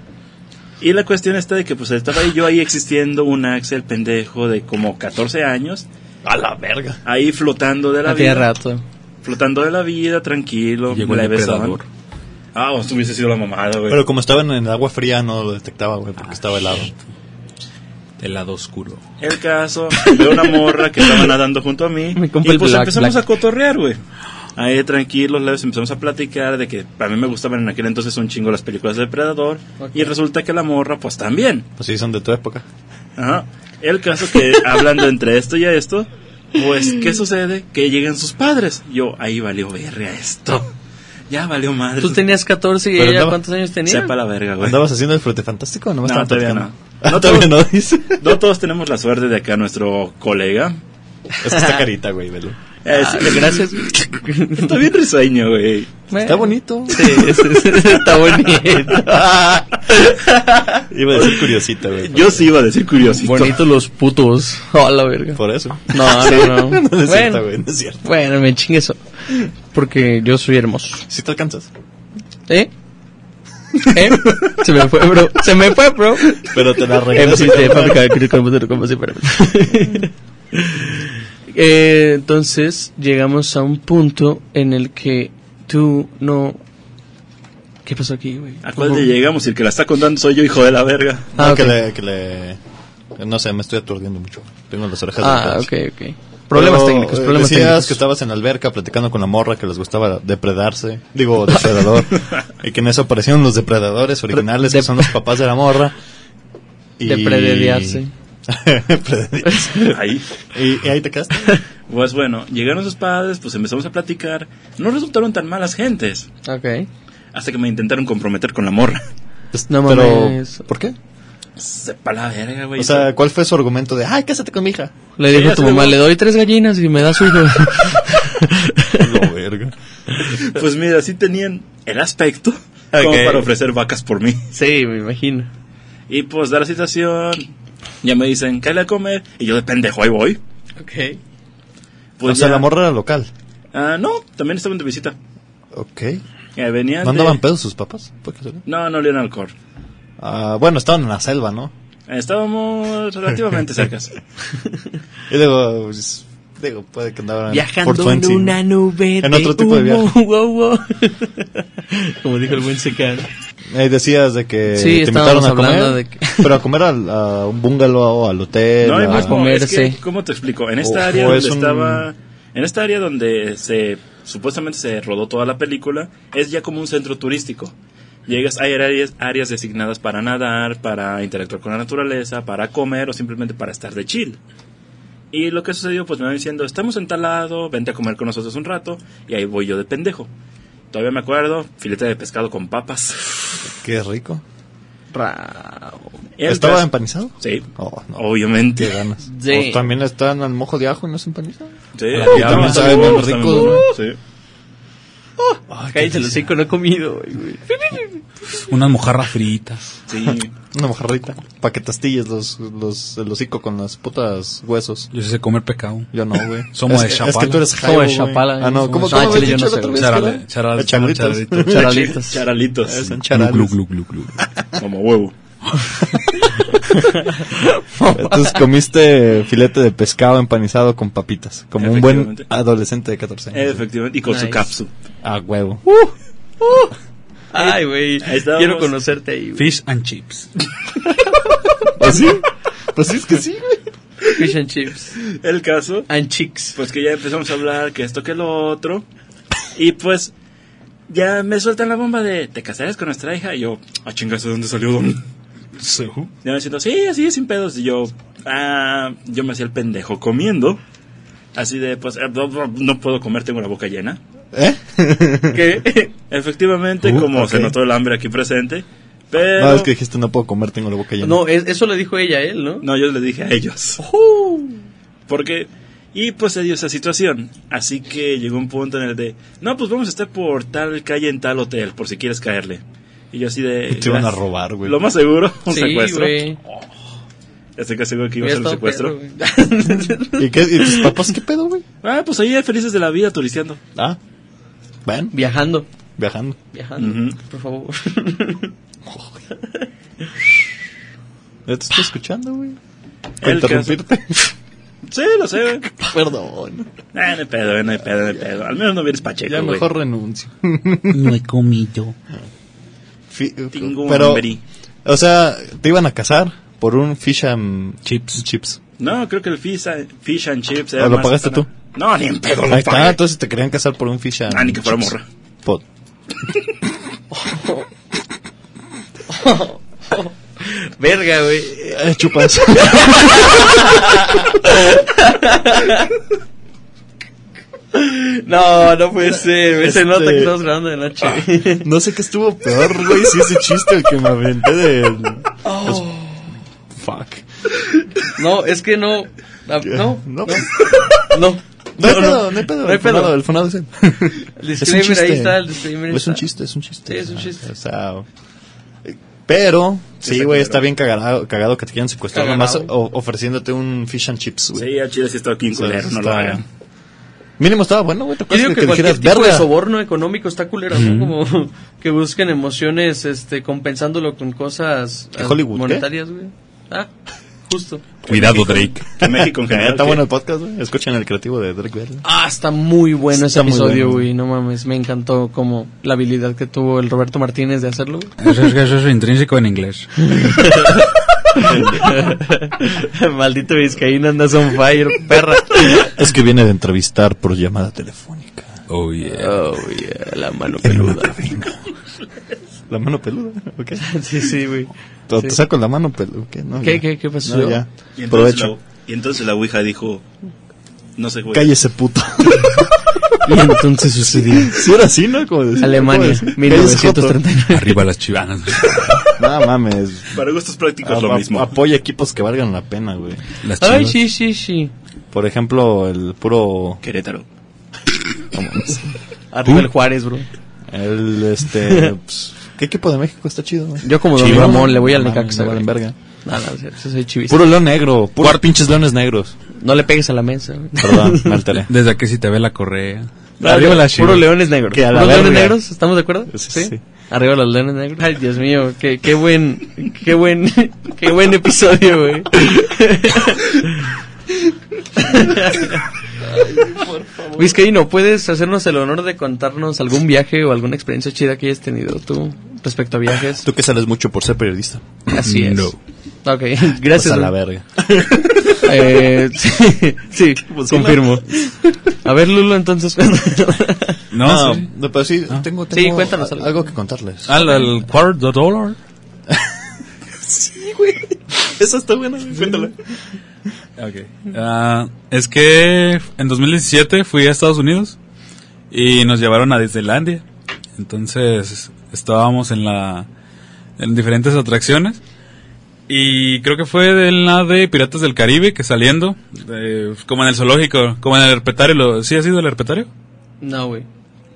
Speaker 1: Y la cuestión está de que pues estaba ahí yo ahí existiendo un Axel pendejo de como 14 años,
Speaker 3: A la verga.
Speaker 1: ahí flotando de la
Speaker 2: Ah, tiene
Speaker 1: vida.
Speaker 2: rato.
Speaker 1: Flotando de la vida, tranquilo,
Speaker 4: Llegó
Speaker 1: me la
Speaker 4: el
Speaker 1: besaban.
Speaker 4: depredador.
Speaker 1: Ah, pues hubiese sido la mamada, güey.
Speaker 3: Pero como estaban en el agua fría no lo detectaba, güey, porque estaba helado.
Speaker 4: El lado oscuro.
Speaker 1: El caso, veo una morra que estaba nadando junto a mí.
Speaker 2: Mi
Speaker 1: Y
Speaker 2: compa el
Speaker 1: pues
Speaker 2: Black,
Speaker 1: empezamos
Speaker 2: Black.
Speaker 1: a cotorrear, güey. Ahí tranquilos, leves, empezamos a platicar de que a mí me gustaban en aquel entonces un chingo las películas de Depredador. Y resulta que la morra, pues también.
Speaker 3: Pues sí, son de tu época.
Speaker 1: Ajá. El caso que hablando entre esto y esto, pues, ¿qué sucede? Que llegan sus padres. Yo, ahí valió verga esto. Ya valió madre.
Speaker 2: Tú tenías 14 y
Speaker 3: Pero
Speaker 2: ella
Speaker 3: andaba-
Speaker 2: cuántos años tenía?
Speaker 1: Sepa la verga, güey.
Speaker 3: ¿Andabas haciendo el frente fantástico? No,
Speaker 1: No, todavía no.
Speaker 3: No, todavía no, dice.
Speaker 1: No todos tenemos la suerte de acá nuestro colega.
Speaker 3: Es que está carita, güey, velo.
Speaker 1: Es-
Speaker 2: Ah, gracias.
Speaker 1: Está bien risueño, güey.
Speaker 3: Está bonito.
Speaker 2: Sí, sí, sí, está bonito.
Speaker 3: Iba a decir curiosita, güey.
Speaker 1: Yo sí iba a decir curiosito.
Speaker 2: Bonito los putos. Oh, la verga.
Speaker 3: Por eso.
Speaker 2: No, no, no.
Speaker 3: No es
Speaker 2: bueno,
Speaker 3: cierto, güey, no es cierto.
Speaker 2: bueno, me chingue eso. Porque yo soy hermoso.
Speaker 3: Si te alcanzas.
Speaker 2: ¿Eh? ¿Eh? Se me fue, bro. Se me fue, bro.
Speaker 3: Pero te la
Speaker 2: MC
Speaker 3: regreso.
Speaker 2: de fábrica de críticos de computador, como siempre. Eh, Entonces, llegamos a un punto en el que tú no. ¿Qué pasó aquí, güey?
Speaker 1: ¿A cuál le llegamos? Y el que la está contando soy yo, hijo de la verga.
Speaker 3: No,
Speaker 2: Ah, ok.
Speaker 3: que le, que le... No sé, me estoy aturdiendo mucho. Tengo las orejas
Speaker 2: Ah,
Speaker 3: delgadas.
Speaker 2: ok, ok. Problemas
Speaker 3: Pero,
Speaker 2: técnicos,
Speaker 3: eh,
Speaker 2: problemas
Speaker 3: decías
Speaker 2: técnicos.
Speaker 3: que estabas en la alberca platicando con la morra que les gustaba depredarse, digo, depredador, y que en eso aparecieron los depredadores originales, que
Speaker 2: Dep-
Speaker 3: son los papás de la morra. Y...
Speaker 2: Deprededearse.
Speaker 3: Prededearse.
Speaker 1: Ahí.
Speaker 3: y, y ahí te quedaste.
Speaker 1: Pues bueno, llegaron sus padres, pues empezamos a platicar. No resultaron tan malas gentes.
Speaker 2: Ok.
Speaker 1: Hasta que me intentaron comprometer con la morra.
Speaker 2: No
Speaker 3: Pues, Pero,
Speaker 2: mames.
Speaker 3: ¿por qué?
Speaker 1: Pues, Sepa la verga, güey.
Speaker 3: O sea, ¿cuál fue su argumento de, ay, cásate con mi hija?
Speaker 2: Le dijo
Speaker 1: Sí,
Speaker 2: a
Speaker 1: hace
Speaker 2: tu mamá,
Speaker 1: como-
Speaker 2: le doy tres gallinas y me das hijo.
Speaker 3: Lo verga.
Speaker 1: pues mira, sí tenían el aspecto
Speaker 3: Ok.
Speaker 1: como para ofrecer vacas por mí.
Speaker 2: sí, me imagino.
Speaker 1: Y pues da la situación. Ya me dicen, cállate a comer. Y yo de pendejo, ahí voy.
Speaker 2: Ok.
Speaker 1: Pues
Speaker 3: o sea,
Speaker 1: ya-
Speaker 3: la morra era local.
Speaker 1: Ah, no, también estaban de visita.
Speaker 3: Ok.
Speaker 1: Eh, venían
Speaker 3: ¿No
Speaker 1: de-
Speaker 3: andaban pedos sus papás? ¿Por qué será?
Speaker 1: No, no olían alcohol.
Speaker 3: Ah, bueno, estaban en la selva, ¿no?
Speaker 1: Estábamos relativamente cercas.
Speaker 3: Y luego, pues, digo, puede que andaban
Speaker 2: Viajando
Speaker 3: 420,
Speaker 2: en una nube.
Speaker 3: En otro tipo de
Speaker 2: humo,
Speaker 3: viaje.
Speaker 2: wow, wow. Como dijo el buen secano.
Speaker 3: Eh, decías de que
Speaker 2: Sí,
Speaker 3: te
Speaker 2: estábamos
Speaker 3: invitaron a comer,
Speaker 2: hablando de que-
Speaker 3: pero a comer al, a un bungalow, al hotel.
Speaker 1: No, y
Speaker 3: a-
Speaker 1: mismo, es que,
Speaker 2: comerse.
Speaker 1: ¿cómo te explico? En esta
Speaker 3: O-
Speaker 1: área
Speaker 3: o
Speaker 1: donde
Speaker 3: es un-
Speaker 1: estaba... En esta área donde se supuestamente se rodó toda la película, es ya como un centro turístico. Llegas, hay áreas, áreas designadas para nadar, para interactuar con la naturaleza, para comer o simplemente para estar de chill. Y lo que sucedió, pues me van diciendo, estamos en tal lado, vente a comer con nosotros un rato, y ahí voy yo de pendejo. Todavía me acuerdo, filete de pescado con papas.
Speaker 3: Qué rico.
Speaker 2: Rao.
Speaker 1: El
Speaker 3: ¿Estaba
Speaker 1: gas-
Speaker 3: empanizado?
Speaker 1: Sí,
Speaker 3: Oh, no. Qué
Speaker 1: obviamente.
Speaker 3: ganas.
Speaker 2: Sí.
Speaker 3: Pues también están al mojo de ajo y no es empanizado.
Speaker 1: Sí,
Speaker 4: Y también
Speaker 3: saben
Speaker 1: muy
Speaker 3: bien rico, ¿no?
Speaker 1: Sí.
Speaker 3: Ay, qué
Speaker 2: Cállate los
Speaker 3: delicia.
Speaker 2: cinco, no he comido. güey.
Speaker 4: Unas mojarras fritas.
Speaker 1: Sí.
Speaker 3: Una mojarrita. Para que tastilles los, los, el hocico con las putas huesos.
Speaker 4: Yo sé comer pecado.
Speaker 3: Yo no, güey.
Speaker 4: Somos
Speaker 3: Es
Speaker 4: de
Speaker 3: que-
Speaker 4: Chapala.
Speaker 3: Es que tú eres
Speaker 2: Somos
Speaker 3: jaibo,
Speaker 2: de
Speaker 3: güey.
Speaker 2: Chapala.
Speaker 3: Ah, no.
Speaker 2: Somos
Speaker 3: ¿Cómo,
Speaker 2: de
Speaker 3: cómo
Speaker 2: Chapala.
Speaker 3: habías
Speaker 2: Ah, chile, yo
Speaker 3: dicho
Speaker 2: no
Speaker 3: la
Speaker 2: sé,
Speaker 3: otra
Speaker 2: güey.
Speaker 3: vez? que
Speaker 4: Charale- charal-
Speaker 3: era? Charalitos.
Speaker 4: charalito.
Speaker 2: Charalitas.
Speaker 1: Charalitos.
Speaker 3: Eh, Son
Speaker 4: Glu, glu,
Speaker 3: charales.
Speaker 4: glu, glu, glu.
Speaker 1: Como huevo.
Speaker 3: Entonces comiste filete de pescado empanizado con papitas, como un buen
Speaker 1: Efectivamente.
Speaker 3: adolescente de 14 años. Uh,
Speaker 1: Efectivamente. Y con
Speaker 2: Nice.
Speaker 1: su cápsula.
Speaker 3: A huevo.
Speaker 2: Ay, güey.
Speaker 1: Ahí estábamos.
Speaker 2: Quiero conocerte ahí, güey.
Speaker 4: Fish and chips.
Speaker 3: ¿Pues sí? Pues sí, es que sí, güey.
Speaker 2: Fish and chips.
Speaker 1: El caso,
Speaker 2: And chicks.
Speaker 1: pues que ya empezamos a hablar que esto que lo otro. Y pues ya me sueltan la bomba de ¿te casarás con nuestra hija? Y yo, ah, chingazo, ¿de dónde salió don?
Speaker 4: So.
Speaker 1: Ya me siento, sí, así, sin pedos. Y yo, ah, yo me hacía el pendejo comiendo. Así de, pues, eh, no, no- no puedo comer, tengo la boca llena.
Speaker 3: ¿Eh?
Speaker 2: ¿Qué?
Speaker 1: Efectivamente,
Speaker 3: Uh,
Speaker 1: como
Speaker 3: ok.
Speaker 1: se notó el hambre aquí presente. Pero.
Speaker 3: No, es que dijiste no puedo comer, tengo la boca llena.
Speaker 2: No, es- eso lo dijo ella a él, ¿no?
Speaker 1: No, yo le dije a ellos. Porque. Y pues se dio esa situación. Así que llegó un punto en el de. No, pues vamos a estar por tal calle en tal hotel, por si quieres caerle. Y yo así de.
Speaker 3: Te iban a
Speaker 1: "Gracias".
Speaker 3: robar, güey.
Speaker 1: Lo más seguro, un
Speaker 2: Sí,
Speaker 1: secuestro. Oh.
Speaker 2: güey.
Speaker 1: Estoy casi seguro que iba a
Speaker 2: Hubiera
Speaker 1: ser un
Speaker 2: estado
Speaker 1: secuestro.
Speaker 2: pedo, güey.
Speaker 3: ¿Y, qué, ¿Y tus papás qué pedo, güey?
Speaker 1: Ah, pues ahí felices de la vida turisteando.
Speaker 3: Ah, van,
Speaker 2: Viajando.
Speaker 3: viajando.
Speaker 2: Viajando.
Speaker 1: Ujú.
Speaker 2: Por favor.
Speaker 3: Ya te estoy escuchando, güey. Por
Speaker 1: El caso-
Speaker 3: interrumpirte.
Speaker 1: Sí, lo sé, güey.
Speaker 3: Perdón.
Speaker 1: Ah, no hay pedo, güey, no hay pedo, no hay pedo. Al menos no vienes pacheco,
Speaker 3: Ya
Speaker 1: güey.
Speaker 3: mejor renuncio.
Speaker 4: No he comido.
Speaker 3: Fi-
Speaker 1: Tengo
Speaker 3: pero,
Speaker 1: hambre.
Speaker 3: o sea, te iban a casar por un fish and
Speaker 4: Chips.
Speaker 3: chips.
Speaker 1: No, creo que el fish and, fish and chips
Speaker 3: ¿O
Speaker 1: era
Speaker 3: Ah, lo
Speaker 1: más
Speaker 3: pagaste
Speaker 1: satana- No, ni en pedo lo
Speaker 3: Ahí está,
Speaker 1: pagué.
Speaker 3: Ah, entonces te querían casar por un fish and
Speaker 1: Ah, ni que fuera
Speaker 3: chips.
Speaker 1: morra.
Speaker 3: Pot.
Speaker 2: Verga, güey.
Speaker 3: Eh, chupas.
Speaker 2: No, no puede ser. güey. Se
Speaker 3: Este-
Speaker 2: nota que estamos grabando de noche.
Speaker 3: no sé qué estuvo peor, güey, si ese chiste el que me aventé del... Oh. Fuck.
Speaker 2: No, es que no. ah, No,
Speaker 3: No.
Speaker 2: no. No.
Speaker 3: No hay pedo, no hay pedo.
Speaker 2: No hay
Speaker 3: el fonado-
Speaker 2: pedo.
Speaker 3: El fonado es él.
Speaker 2: El disclaimer, ahí está. El disclaimer
Speaker 3: Es
Speaker 2: está.
Speaker 3: un chiste, es un chiste.
Speaker 2: Sí, es un chiste.
Speaker 3: O sea, o- pero, sí,
Speaker 1: Está
Speaker 3: güey,
Speaker 1: culero.
Speaker 3: está bien cagado, cagado que te quieran secuestrar,
Speaker 2: Cagado.
Speaker 3: nomás o- ofreciéndote un fish and chips, güey.
Speaker 1: Sí, al chile sí estaba aquí en
Speaker 3: O sea,
Speaker 1: culero, no lo
Speaker 3: está-
Speaker 1: hagan.
Speaker 3: Mínimo estaba bueno, güey, te
Speaker 2: Yo
Speaker 3: acuerdas
Speaker 2: digo
Speaker 3: que,
Speaker 2: que,
Speaker 3: que
Speaker 2: cualquier
Speaker 3: dijeras,
Speaker 2: tipo de
Speaker 3: "Verga".
Speaker 2: soborno económico está culero, ¿no? Como que busquen emociones, este, compensándolo con cosas
Speaker 3: ¿En Hollywood,
Speaker 2: monetarias, güey. Ah, justo.
Speaker 4: Cuidado, Drake.
Speaker 1: Que México en general.
Speaker 3: Está
Speaker 1: sí.
Speaker 3: bueno el podcast, güey. Escuchen el creativo de Drake Bell.
Speaker 2: Ah, está muy bueno ese
Speaker 3: Está muy
Speaker 2: episodio,
Speaker 3: bueno.
Speaker 2: güey. No mames, me encantó como la habilidad que tuvo el Roberto Martínez de hacerlo. güey.
Speaker 4: Eso es, eso es intrínseco en inglés.
Speaker 2: Maldito Vizcaíno, andas on fire, perra.
Speaker 3: Es que viene de entrevistar por llamada telefónica.
Speaker 4: Oh, yeah.
Speaker 2: Oh, yeah, la mano peluda.
Speaker 3: La mano peluda, ok.
Speaker 2: sí, sí, güey.
Speaker 3: Te,
Speaker 2: Sí.
Speaker 3: te saco la mano peluda, ok. No,
Speaker 2: ¿Qué,
Speaker 3: ya.
Speaker 2: qué, qué pasó?
Speaker 3: No, ya.
Speaker 1: Y entonces,
Speaker 3: Provecho.
Speaker 1: la, y entonces la Ouija dijo, no sé, güey.
Speaker 3: Cállese, puto.
Speaker 2: Y entonces sucedió.
Speaker 3: Si era así, ¿no? Como decía, ¿cómo
Speaker 2: Alemania,
Speaker 3: decía? Cállese, joto.
Speaker 2: 1939.
Speaker 4: Arriba las chivanas.
Speaker 3: No mames.
Speaker 1: Para gustos prácticos lo
Speaker 3: A- a-
Speaker 1: mismo.
Speaker 3: Apoya equipos que valgan la pena, güey.
Speaker 4: Las chivas.
Speaker 2: Ay, sí, sí, sí.
Speaker 3: Por ejemplo, el puro.
Speaker 1: Querétaro.
Speaker 2: Arriba el Juárez, bro.
Speaker 3: El este. pues, ¿Qué equipo de México está chido, güey?
Speaker 2: Yo como Don
Speaker 3: Chivas,
Speaker 2: Ramón le voy al
Speaker 3: no mames,
Speaker 2: Necaxa,
Speaker 3: no valen
Speaker 2: güey.
Speaker 3: verga.
Speaker 2: No, no, yo- yo soy chivista.
Speaker 3: Puro león negro. Puros pinches leones negros.
Speaker 2: No le pegues a la mesa. güey.
Speaker 3: Perdón, me alteré.
Speaker 4: Desde aquí si te ve la correa.
Speaker 3: Arriba las chivas.
Speaker 2: Puro leones negros.
Speaker 3: Que a la
Speaker 2: ¿Puros leones
Speaker 3: verga.
Speaker 2: negros? ¿Estamos de acuerdo?
Speaker 3: Sí, sí.
Speaker 2: Arriba los leones negros. Ay, Dios mío, qué, qué buen, qué buen, qué buen episodio, güey. Vizcaíno, ¿puedes hacernos el honor de contarnos algún viaje o alguna experiencia chida que hayas tenido tú respecto a viajes?
Speaker 3: Tú que sales mucho por ser periodista.
Speaker 2: Así es.
Speaker 4: No.
Speaker 2: Ok, gracias.
Speaker 3: Vas Pues a la verga.
Speaker 2: Eh, sí, sí,
Speaker 3: Pues
Speaker 2: confirmo. A ver, Lulo, entonces.
Speaker 4: No,
Speaker 3: No,
Speaker 4: sí.
Speaker 3: no, pero sí, Ah. tengo,
Speaker 2: Sí,
Speaker 3: tengo
Speaker 2: cuéntanos
Speaker 3: a-
Speaker 2: algo.
Speaker 3: algo que contarles.
Speaker 4: Ah,
Speaker 3: Ah,
Speaker 4: Al, al quarter de dollar.
Speaker 3: Esa está buena. Cuéntala.
Speaker 4: Ok. Ah, es que en 2017 fui a Estados Unidos y nos llevaron a Disneylandia. Entonces estábamos en la en diferentes atracciones y creo que fue de la de Piratas del Caribe que saliendo eh, como en el zoológico, como en el herpetario, lo- ¿sí ha sido el herpetario?
Speaker 2: No, güey.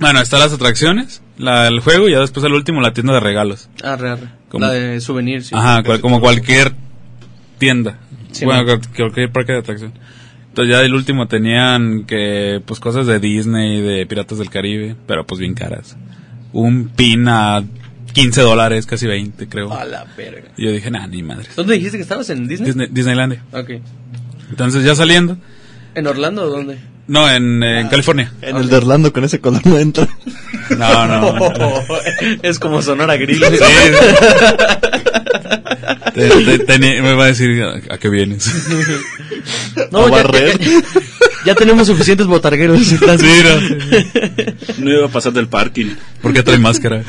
Speaker 4: Bueno, están las atracciones, la, el juego y ya después al último la tienda de regalos.
Speaker 2: Arre, arre.
Speaker 4: ¿Cómo?
Speaker 2: Ah, La de souvenirs. sí.
Speaker 4: Ajá, cual- como cualquier tienda.
Speaker 2: Sí,
Speaker 4: bueno,
Speaker 2: man.
Speaker 4: cual- cualquier parque de atracción. Entonces ya el último tenían que pues cosas de Disney, de Piratas del Caribe, pero pues bien caras. Un pin a 15 dólares, casi 20 creo.
Speaker 2: A la verga.
Speaker 4: Y yo dije, nah, ni madres.
Speaker 2: ¿Dónde dijiste que estabas? ¿En Disney?
Speaker 4: Disney- Disneylandia.
Speaker 2: Ok.
Speaker 4: Entonces ya saliendo,
Speaker 2: ¿En Orlando o dónde?
Speaker 4: No, en, eh, en
Speaker 2: Ah.
Speaker 4: California.
Speaker 3: En el de Orlando con ese color no entra.
Speaker 4: No, no.
Speaker 2: es como Sonora Grill.
Speaker 4: Sí. Te- te- teni- me va a decir a, a qué vienes.
Speaker 2: No,
Speaker 3: A
Speaker 2: ya,
Speaker 3: barrer.
Speaker 2: ya- ya tenemos suficientes botargueros.
Speaker 4: Sí, no.
Speaker 1: No iba a pasar del parking.
Speaker 4: ¿Por qué trae máscara?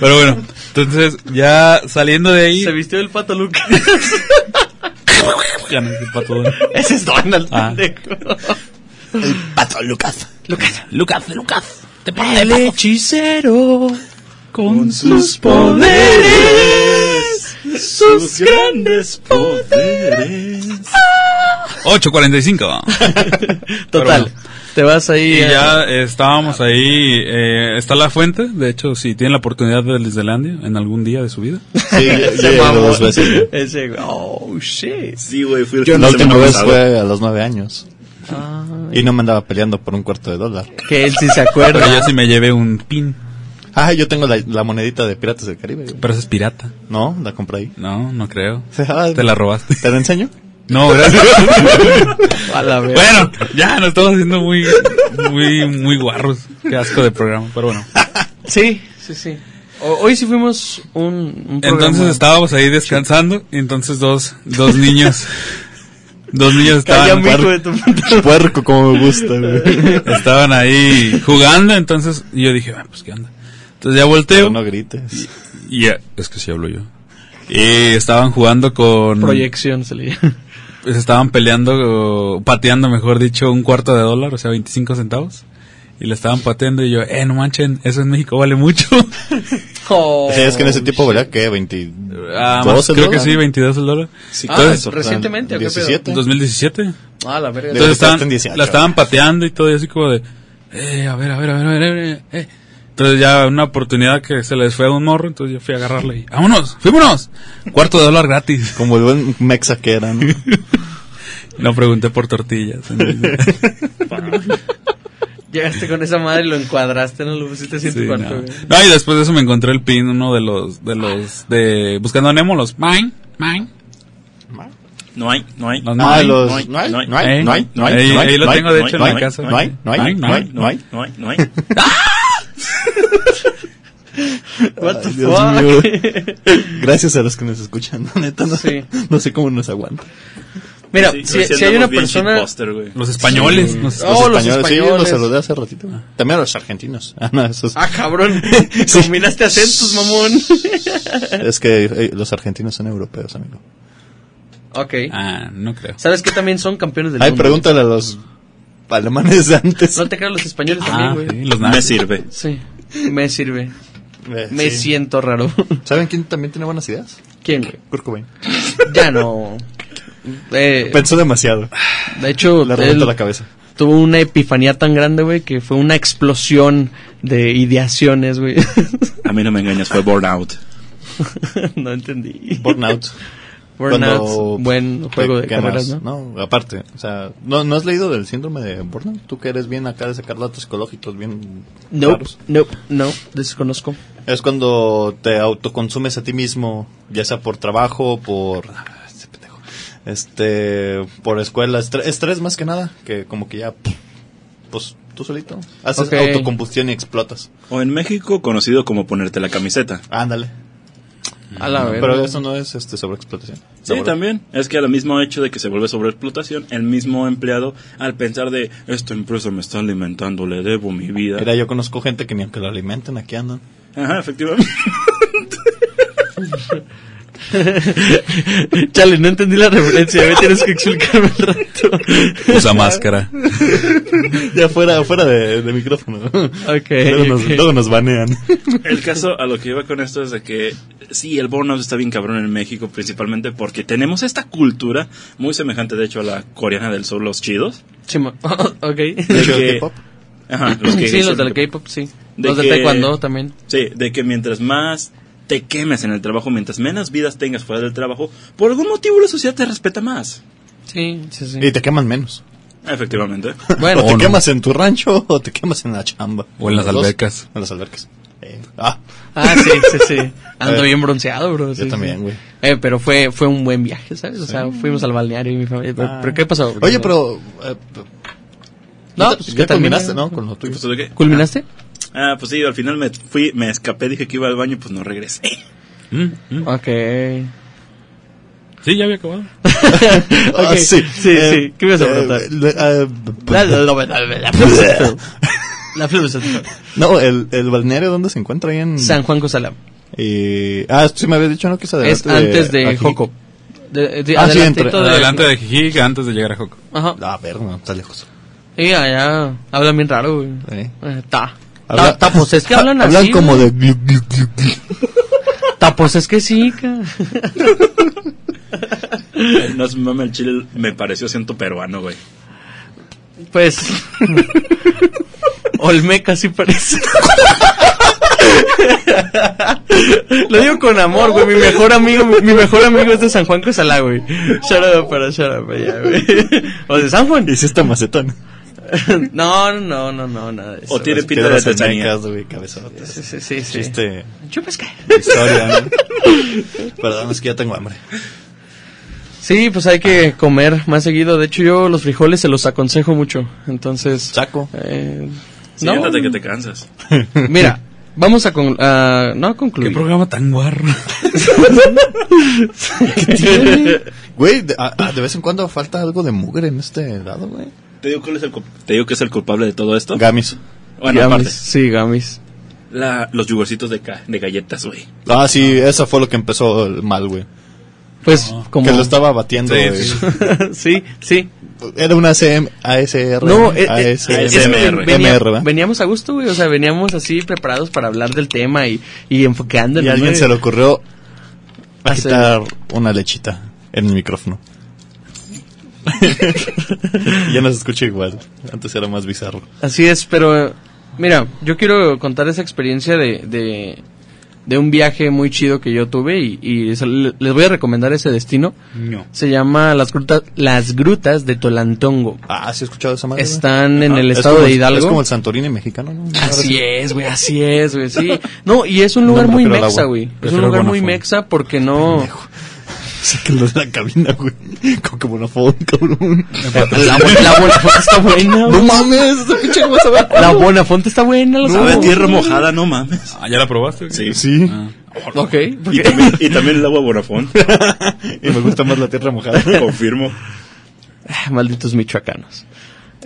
Speaker 4: Pero bueno, entonces ya saliendo de ahí.
Speaker 2: Se vistió el pato Luke.
Speaker 4: Ya no, qué pato.
Speaker 2: Ese es Donald,
Speaker 4: Ah.
Speaker 2: pendejo.
Speaker 3: Pato Lucas.
Speaker 2: Lucas,
Speaker 4: Lucas, Lucas. Te
Speaker 2: el hechicero con sus poderes, sus grandes
Speaker 1: poderes.
Speaker 4: 8.45.
Speaker 2: Total, te vas ahí.
Speaker 4: Y
Speaker 2: a-
Speaker 4: ya estábamos ahí. eh, está la fuente. De hecho, si tienen la oportunidad de Lisdelandia en algún día de su vida.
Speaker 3: Sí, yo- yo
Speaker 2: Se
Speaker 3: he ido
Speaker 2: mamó.
Speaker 3: dos veces. güey.
Speaker 2: Ese, güey, oh, shit.
Speaker 1: Sí, güey, fui el
Speaker 3: Yo
Speaker 1: fin
Speaker 3: la
Speaker 1: de
Speaker 3: última
Speaker 1: semana
Speaker 3: vez
Speaker 1: pasado.
Speaker 3: fue a los nueve años.
Speaker 2: Ah,
Speaker 3: Y no me andaba peleando por un cuarto de dólar.
Speaker 2: que él sí se
Speaker 4: Pero
Speaker 2: acuerda.
Speaker 4: yo sí me llevé un pin.
Speaker 3: Ah, yo tengo la, la monedita de Piratas del Caribe. güey.
Speaker 4: Pero eso es pirata.
Speaker 3: No, la compré ahí.
Speaker 4: No, no creo.
Speaker 3: Ah,
Speaker 4: Te la robaste.
Speaker 3: ¿Te la enseño?
Speaker 4: No, gracias.
Speaker 2: A la verga.
Speaker 4: Bueno, ya nos estamos haciendo muy, muy, muy guarros. Qué asco de programa, pero bueno.
Speaker 2: Sí, sí, sí. O- hoy sí fuimos un, un programa.
Speaker 4: Entonces estábamos ahí descansando y entonces dos, dos niños, dos niños
Speaker 2: Calla,
Speaker 4: estaban,
Speaker 2: mi hijo de tu puta.
Speaker 3: Puerco como me gusta, güey.
Speaker 4: estaban ahí jugando, entonces y yo dije, "Ah, pues qué onda. Entonces ya
Speaker 3: Pero
Speaker 4: volteo
Speaker 3: no grites.
Speaker 4: y ya- es que sí hablo yo. Y estaban jugando
Speaker 3: Mm.
Speaker 4: con...
Speaker 2: Proyección se le llama.
Speaker 4: pues, estaban peleando, o pateando, mejor dicho, un cuarto de dólar, o sea, 25 centavos. Y le estaban pateando y yo, eh, no manchen, eso en México vale mucho.
Speaker 2: Oh,
Speaker 3: Sí, es que en ese tiempo, ¿verdad? ¿Qué? ¿22
Speaker 4: Ah, más, creo que sí, 22 el dólar.
Speaker 3: Sí,
Speaker 2: Ah,
Speaker 3: claro, eso.
Speaker 2: ¿recientemente o qué pedo?
Speaker 3: 17.
Speaker 4: 2017.
Speaker 2: Ah, la verga.
Speaker 3: Pero
Speaker 4: Entonces
Speaker 3: está
Speaker 4: estaban,
Speaker 3: en 18.
Speaker 4: la estaban pateando y todo, y así como de, eh, a ver, a ver, a ver, a ver, a ver, eh. Entonces ya una oportunidad que se les fue a un morro, entonces yo fui a agarrarle y, vámonos, fuímonos, cuarto de dólar gratis.
Speaker 3: Como el buen mexa que era, ¿no?
Speaker 4: No pregunté por tortillas.
Speaker 2: Llegaste con esa madre y lo encuadraste, no lo pusiste así en
Speaker 4: Sí,
Speaker 2: tu
Speaker 4: no.
Speaker 2: cuarto. güey.
Speaker 4: No, y después de eso me encontré el pin, uno de los, de los, de, buscando a Nemo, los mine, mine,
Speaker 1: No hay, no hay.
Speaker 4: los
Speaker 1: No
Speaker 4: mine.
Speaker 3: Ah, los...
Speaker 1: No hay,
Speaker 3: No hay,
Speaker 1: no hay,
Speaker 3: no hay, no hay, no hay.
Speaker 4: Ahí-
Speaker 3: no hay,
Speaker 4: ahí lo
Speaker 3: no hay,
Speaker 4: tengo, de hecho, en
Speaker 3: no
Speaker 4: mi
Speaker 3: hay,
Speaker 4: casa.
Speaker 3: No hay, no hay, no hay, no hay.
Speaker 1: hay, no hay, no hay.
Speaker 2: What the
Speaker 3: Ay, Dios
Speaker 2: fuck?
Speaker 3: Gracias a los que nos escuchan, ¿no? neta. No,
Speaker 2: Sí.
Speaker 3: no sé cómo nos aguantan.
Speaker 2: Mira,
Speaker 1: Sí,
Speaker 2: si,
Speaker 1: sí
Speaker 2: si hay una
Speaker 1: andamos bien
Speaker 2: persona.
Speaker 1: shitposter, güey.
Speaker 4: Los españoles, los-
Speaker 2: Oh, los
Speaker 3: sí,
Speaker 2: españoles.
Speaker 3: los saludé hace ratito. güey. También a los argentinos. Ah, no, esos-
Speaker 2: Ah, cabrón.
Speaker 3: Sí.
Speaker 2: Combinaste acentos, mamón.
Speaker 3: Es que eh, los argentinos son europeos, amigo.
Speaker 2: ok.
Speaker 4: ah, no creo.
Speaker 2: ¿Sabes qué también son campeones del
Speaker 3: Ay,
Speaker 2: mundo?
Speaker 3: pregúntale a los alemanes de antes.
Speaker 2: No te creas los españoles
Speaker 4: Ah,
Speaker 2: también, güey.
Speaker 4: sí, los
Speaker 1: Me
Speaker 4: nazis.
Speaker 1: sirve.
Speaker 2: Sí. Me sirve.
Speaker 3: Eh,
Speaker 2: Me
Speaker 3: sí.
Speaker 2: siento raro.
Speaker 3: ¿Saben quién también tiene buenas ideas?
Speaker 2: ¿Quién, güey?
Speaker 3: Kurt Cobain.
Speaker 2: Ya no. Eh,
Speaker 3: Pensó demasiado.
Speaker 2: de hecho,
Speaker 3: Le
Speaker 2: él
Speaker 3: reventó la cabeza.
Speaker 2: tuvo una epifanía tan grande, güey, que fue una explosión de ideaciones, güey.
Speaker 1: A mí no me engañas, fue burnout.
Speaker 2: no entendí.
Speaker 3: Burnout. Cuando-
Speaker 2: Burnout, buen juego de
Speaker 3: ¿Qué más?
Speaker 2: carreras, ¿no?
Speaker 3: aparte. O sea, ¿no, ¿no has leído del síndrome de burnout? Tú que eres bien acá de sacar datos psicológicos bien
Speaker 2: Nope,
Speaker 3: raros.
Speaker 2: nope, no, desconozco.
Speaker 3: Es cuando te autoconsumes a ti mismo, ya sea por trabajo, por ah, este pendejo, este, por escuela, estre- estrés, más que nada, que como que ya, pff, pues tú solito haces
Speaker 2: Ok.
Speaker 3: autocombustión y explotas.
Speaker 1: O en México conocido como ponerte la camiseta.
Speaker 3: Ándale.
Speaker 2: A la verga.
Speaker 3: Pero eso no es este sobreexplotación.
Speaker 1: Sí,
Speaker 3: Sobre-
Speaker 1: también. Es que al mismo hecho de que se vuelve sobreexplotación, el mismo empleado, al pensar de, esta empresa me está alimentando, le debo mi vida.
Speaker 3: Mira, yo conozco gente que ni aunque lo alimenten, aquí andan.
Speaker 1: Ajá, efectivamente.
Speaker 2: Chale, no entendí la referencia, me tienes que explicarme el rato.
Speaker 4: Usa máscara.
Speaker 3: Ya fuera, fuera de, de micrófono.
Speaker 2: Ok,
Speaker 3: Luego, nos,
Speaker 2: ok.
Speaker 3: luego nos banean.
Speaker 1: El caso a lo que iba con esto es de que sí, el burnout está bien cabrón en México, principalmente porque tenemos esta cultura muy semejante, de hecho, a la coreana del sur, los chidos.
Speaker 2: Chimo. ok.
Speaker 1: De
Speaker 3: Chido,
Speaker 1: que-
Speaker 3: K-pop.
Speaker 1: Ajá, los que
Speaker 2: sí, los
Speaker 1: dicen-
Speaker 2: del K-pop, sí.
Speaker 1: de
Speaker 2: los del
Speaker 1: que-
Speaker 2: Taekwondo también.
Speaker 1: Sí, de que mientras más te quemes en el trabajo, mientras menos vidas tengas fuera del trabajo, por algún motivo la sociedad te respeta más.
Speaker 2: Sí, sí, sí.
Speaker 3: Y te queman menos.
Speaker 1: Efectivamente.
Speaker 2: Bueno,
Speaker 3: o te
Speaker 4: no.
Speaker 3: quemas en tu rancho o te quemas en la chamba.
Speaker 4: O en las
Speaker 3: Los dos.
Speaker 4: albercas.
Speaker 3: En las albercas. Eh, ah,
Speaker 2: Ah, sí, sí, sí. Ando bien bronceado, bro. sí,
Speaker 3: yo
Speaker 2: sí.
Speaker 3: también, güey.
Speaker 2: Eh, pero fue, fue un buen viaje, ¿sabes? O sea, fuimos al balneario y mi familia. pero-
Speaker 3: Ah.
Speaker 2: ¿Pero qué pasó?
Speaker 3: Oye, pero... eh,
Speaker 2: No,
Speaker 3: ya-
Speaker 2: pues,
Speaker 3: ya
Speaker 2: que termine.
Speaker 3: terminaste, ¿no? Con lo
Speaker 1: ¿Qué
Speaker 3: tuyo.
Speaker 1: pasó? ¿Qué?
Speaker 2: ¿Culminaste?
Speaker 1: Ah, pues sí, al final me fui, me escapé, dije que iba al baño y pues no regresé.
Speaker 4: Mm, mm.
Speaker 2: Ok.
Speaker 4: Sí, ya había acabado.
Speaker 3: Ah,
Speaker 2: Ok, sí,
Speaker 3: Eh,
Speaker 2: sí. ¿Qué ibas a
Speaker 3: eh,
Speaker 2: preguntar?
Speaker 3: le- ah,
Speaker 2: La- la- la- la- la- la flor. La flor de
Speaker 3: No, el, el balneario, ¿dónde se encuentra? Ahí en...
Speaker 2: San Juan Cosalá.
Speaker 3: Eh, ah, sí me había dicho, ¿no? Que es
Speaker 2: Es
Speaker 3: adelante
Speaker 2: antes de
Speaker 3: aquí.
Speaker 2: Joco. De- de-
Speaker 3: Ah, sí,
Speaker 2: adelantito
Speaker 3: entre-
Speaker 2: de-
Speaker 4: Adelante de Jijic antes de llegar a Joco.
Speaker 2: Ajá.
Speaker 3: Ah, ver, no, está lejos.
Speaker 2: Y allá hablan bien raro, güey.
Speaker 3: Sí.
Speaker 2: Eh, Ta. Ta-
Speaker 3: Habla-
Speaker 2: ta, pues es que hablan así.
Speaker 3: Hablan como
Speaker 2: güey.
Speaker 3: de... glu, glu, glu, glu.
Speaker 2: Ta, pues es que sí, ca.
Speaker 1: No se mame el chile, me pareció acento peruano, güey.
Speaker 2: Pues. Olmeca sí parece. Lo digo con amor, güey. Mi mejor amigo, mi, mi mejor amigo es de San Juan Cosalá, güey. Shout out para shout out para allá, güey. O de San Juan.
Speaker 3: Y si está este macetón.
Speaker 2: No, no, no, no, nada de eso.
Speaker 1: O tiene
Speaker 3: Las
Speaker 1: pinta de
Speaker 3: piedras
Speaker 1: Tanzania.
Speaker 3: olmecas, güey, cabezotes.
Speaker 2: Sí, sí, sí. sí.
Speaker 3: Chiste,
Speaker 2: Chupasca.
Speaker 3: historia, ¿no? Perdón, es que ya tengo hambre.
Speaker 2: Sí, pues hay que comer más seguido. De hecho, yo los frijoles se los aconsejo mucho. Entonces.
Speaker 3: Saco.
Speaker 2: eh,
Speaker 1: Sí,
Speaker 2: no,
Speaker 1: ándate que te cansas.
Speaker 2: Mira, vamos a con, a- no a
Speaker 4: Qué
Speaker 2: concluir.
Speaker 4: programa tan guarro.
Speaker 3: Güey, de, a- a- de vez en cuando falta algo de mugre en este lado, güey.
Speaker 1: ¿Te digo, cuál es el, cu- te digo que es el culpable de todo esto.
Speaker 3: Gamis.
Speaker 1: bueno,
Speaker 2: Gamis,
Speaker 1: aparte,
Speaker 2: Sí, gamis.
Speaker 1: la- los yogurcitos de, ca- de galletas, güey.
Speaker 3: Ah, sí, eso fue lo que empezó el mal, güey.
Speaker 2: Pues como
Speaker 3: Ah. Que lo estaba batiendo.
Speaker 4: Sí,
Speaker 3: güey.
Speaker 4: sí.
Speaker 2: sí, sí.
Speaker 3: Era una CM, ASR.
Speaker 2: No, eh, eh, es
Speaker 3: ASMR,
Speaker 2: que ven- venía-
Speaker 3: ¿verdad?
Speaker 2: veníamos a gusto, güey, o sea, veníamos así preparados para hablar del tema y y enfocándonos.
Speaker 3: Y a alguien
Speaker 2: güey.
Speaker 3: se le ocurrió
Speaker 2: Hacer-
Speaker 3: quitar una lechita en el micrófono. ya nos escucha igual. Antes era más bizarro.
Speaker 2: Así es, pero eh, mira, yo quiero contar esa experiencia de, de, de un viaje muy chido que yo tuve y, y es- le- les voy a recomendar ese destino.
Speaker 4: No.
Speaker 2: Se llama las grutas, las grutas de Tolantongo.
Speaker 3: Ah, sí he escuchado esa madre. güey?
Speaker 2: Están en
Speaker 3: Ah,
Speaker 2: el
Speaker 3: es
Speaker 2: estado
Speaker 3: como
Speaker 2: de
Speaker 3: el-
Speaker 2: Hidalgo. Ah,
Speaker 3: Es como el Santorini mexicano, ¿no?
Speaker 2: Así es, güey, así es, güey, sí. No, y es un
Speaker 3: No,
Speaker 2: lugar
Speaker 3: me
Speaker 2: muy
Speaker 3: refiero al
Speaker 2: mexa,
Speaker 3: agua.
Speaker 2: güey. Es un
Speaker 4: Prefiero
Speaker 2: lugar muy
Speaker 4: Bonafont.
Speaker 2: mexa porque no...
Speaker 3: Sáquenlo de la cabina, güey. Como que monofón, cabrón.
Speaker 2: La, bu- la Bonafont está buena,
Speaker 3: No
Speaker 2: güey.
Speaker 3: mames, esa pinche cómo se va.
Speaker 2: La Bonafont está buena, lo
Speaker 1: Sabe a
Speaker 2: sabes.
Speaker 1: tierra mojada, no mames.
Speaker 4: Ah, ¿ya la probaste?
Speaker 1: Sí.
Speaker 3: Sí,
Speaker 4: Ah.
Speaker 2: Ok.
Speaker 1: Y también, y también el agua Bonafont,
Speaker 3: y me gusta más la tierra mojada.
Speaker 1: confirmo.
Speaker 2: Ah, Malditos michoacanos.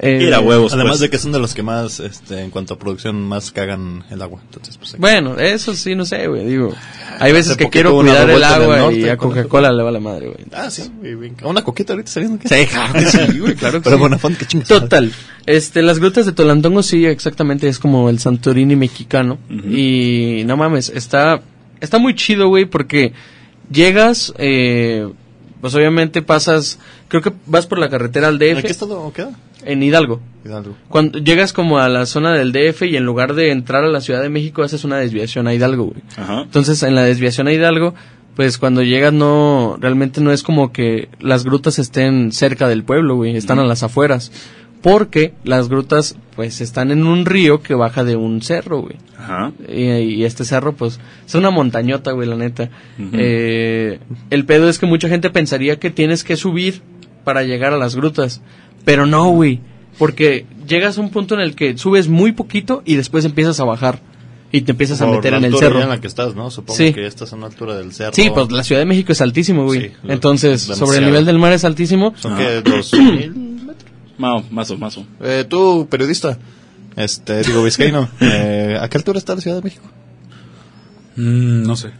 Speaker 2: Eh,
Speaker 1: Ir a huevos,
Speaker 3: Además
Speaker 1: pues.
Speaker 3: de que son de los que más, este, en cuanto a producción, más cagan el agua. Entonces, pues, hay-
Speaker 2: Bueno, eso sí, no sé, güey, digo. Hay veces
Speaker 3: Hace
Speaker 2: que
Speaker 3: poquito
Speaker 2: quiero
Speaker 3: hubo una
Speaker 2: cuidar el
Speaker 3: revuelta en el
Speaker 2: agua
Speaker 3: norte
Speaker 2: y a
Speaker 3: con eso.
Speaker 2: Coca-Cola le va la madre, güey.
Speaker 3: Ah, sí, güey, bien. Una coqueta ahorita saliendo. ¿qué?
Speaker 2: Sí, claro que sí, güey, claro que
Speaker 3: Pero
Speaker 2: sí.
Speaker 3: Bonafont, qué chingas.
Speaker 2: Total. Este, las grutas de Tolantongo sí, exactamente, es como el Santorini mexicano. Y no mames, está, está muy chido, güey, porque llegas, eh, pues obviamente pasas, creo que vas por la carretera al
Speaker 3: ¿En qué
Speaker 2: DF,
Speaker 3: estado queda?
Speaker 2: en Hidalgo.
Speaker 3: Hidalgo.
Speaker 2: Cuando llegas como a la zona del DF y en lugar de entrar a la Ciudad de México haces una desviación a Hidalgo, güey.
Speaker 1: Ajá.
Speaker 2: Entonces, en la desviación a Hidalgo, pues cuando llegas no, realmente no es como que las grutas estén cerca del pueblo, güey, están a las afueras. Porque las grutas, pues, están en un río que baja de un cerro, güey.
Speaker 1: Ajá.
Speaker 2: Y, y este cerro, pues, es una montañota, güey, la neta. Eh, el pedo es que mucha gente pensaría que tienes que subir para llegar a las grutas. Pero no, güey. Porque llegas a un punto en el que subes muy poquito y después empiezas a bajar. Y te empiezas a
Speaker 3: Por
Speaker 2: meter
Speaker 3: la
Speaker 2: en el
Speaker 3: altura
Speaker 2: cerro.
Speaker 3: ya en la que estás, ¿no? Supongo
Speaker 2: Sí.
Speaker 3: que estás a una altura del cerro.
Speaker 2: Sí, pues la Ciudad de México es altísimo, güey.
Speaker 3: Sí, lo-
Speaker 2: Entonces,
Speaker 3: demasiado.
Speaker 2: sobre el nivel del mar es altísimo.
Speaker 3: Son
Speaker 1: Ajá.
Speaker 3: que dos mil metros.
Speaker 1: Mao, mazo, mazo.
Speaker 3: Ah. Eh, tú, periodista. Este, digo, vizcaíno. eh, ¿A qué altura está la Ciudad de México?
Speaker 4: Mm, no sé.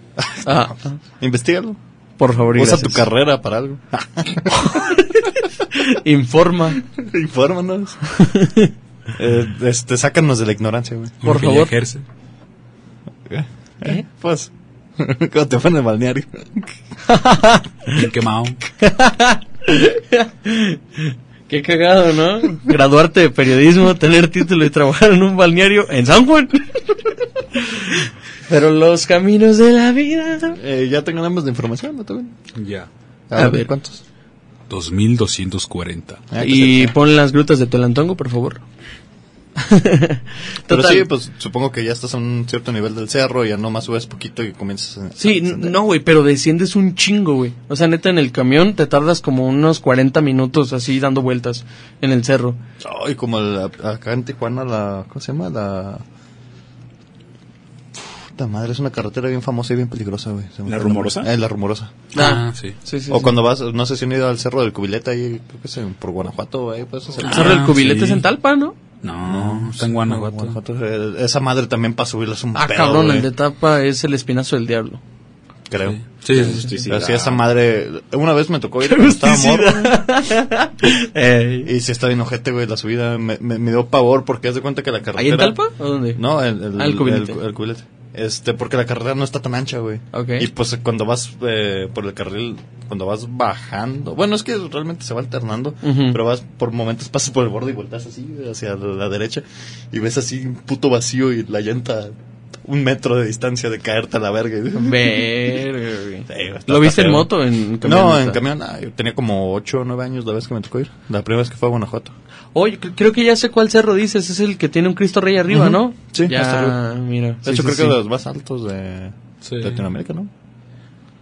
Speaker 2: Ah, ah,
Speaker 3: Investígalo.
Speaker 2: por favor, y
Speaker 3: Usa
Speaker 2: gracias.
Speaker 3: tu carrera para algo.
Speaker 2: Informa.
Speaker 3: Infórmanos. Eh, este, sácanos de la ignorancia, güey.
Speaker 2: Por
Speaker 4: Porque
Speaker 2: favor.
Speaker 4: ya ejerce.
Speaker 3: ¿Eh? Pues, cuando te van al balneario.
Speaker 4: Bien quemado.
Speaker 2: Qué cagado, ¿no? Graduarte de periodismo, tener título y trabajar en un balneario en San Juan. Pero los caminos de la vida.
Speaker 3: Eh, ya tengo ambas de información, ¿no? También. Ah,
Speaker 4: Ya.
Speaker 2: A ver.
Speaker 3: ¿Cuántos?
Speaker 4: 2240.
Speaker 3: Ah, que
Speaker 2: y
Speaker 3: cerca.
Speaker 2: pon las grutas de Tolantongo, por favor.
Speaker 3: Pero
Speaker 2: Total.
Speaker 3: sí, pues supongo que ya estás a un cierto nivel del cerro y ya nomás subes poquito y comienzas a...
Speaker 2: Sí, n- no, güey, pero desciendes un chingo, güey. O sea, neta, en el camión te tardas como unos 40 minutos así dando vueltas en el cerro.
Speaker 3: Ay, como la- acá en Tijuana, la... ¿Cómo se llama? La... Puta madre, es una carretera bien famosa y bien peligrosa, güey. Se me
Speaker 1: ¿La
Speaker 3: fue el nombre.
Speaker 1: Rumorosa?
Speaker 3: Eh, la rumorosa.
Speaker 4: Ah, sí.
Speaker 2: Sí, sí,
Speaker 3: o
Speaker 2: sí.
Speaker 3: cuando vas, no sé si han ido al cerro del Cubilete, ahí, creo que es en- por Guanajuato, güey. Pues, es el-
Speaker 2: El cerro del
Speaker 4: Ah,
Speaker 2: cubilete
Speaker 4: sí.
Speaker 2: es en Talpa, ¿no?
Speaker 4: No, está en
Speaker 3: Guanajuato.
Speaker 4: Guanajuato.
Speaker 3: eh, Esa madre también para subirla es un
Speaker 2: Ah,
Speaker 3: pedo,
Speaker 2: cabrón,
Speaker 3: güey,
Speaker 2: el de Talpa es el espinazo del diablo.
Speaker 3: Creo.
Speaker 4: Sí, sí, sí.
Speaker 1: Sí, sí,
Speaker 3: Pero sí,
Speaker 1: la-
Speaker 3: esa madre... Una vez me tocó ir cuando estaba morro.
Speaker 2: Ey.
Speaker 3: Y si está bien ojete, güey, la subida. Me, me, me dio pavor porque haz de cuenta que la carretera...
Speaker 2: ¿Ahí en Talpa? ¿O dónde?
Speaker 3: No, el, el,
Speaker 2: Ah, el cubilete.
Speaker 3: el- el cubilete. Este, porque la carretera no está tan ancha, güey.
Speaker 2: Ok.
Speaker 3: Y pues cuando vas eh, por el carril, cuando vas bajando, bueno, es que realmente se va alternando,
Speaker 2: Ujú.
Speaker 3: pero vas por momentos, pasas por el borde y vueltas así hacia la derecha y ves así un puto vacío y la llanta a un metro de distancia de caerte a la verga.
Speaker 2: Verga, güey.
Speaker 3: Sí, güey, está-
Speaker 2: ¿Lo viste
Speaker 3: está
Speaker 2: en
Speaker 3: feo.
Speaker 2: moto? En
Speaker 3: No, en
Speaker 2: camioneta?
Speaker 3: camión, ah, yo tenía como 8 o 9 años la vez que me tocó ir. La primera vez que fue a Guanajuato.
Speaker 2: Oye, cre- creo que ya sé cuál cerro dices. Es el que tiene un Cristo Rey arriba,
Speaker 3: Ujú.
Speaker 2: ¿no?
Speaker 3: Sí,
Speaker 2: ya,
Speaker 3: hasta arriba.
Speaker 2: mira.
Speaker 3: De
Speaker 2: Sí, sí,
Speaker 3: hecho, creo que
Speaker 2: sí.
Speaker 3: de los más altos de
Speaker 4: Sí.
Speaker 3: Latinoamérica, ¿no?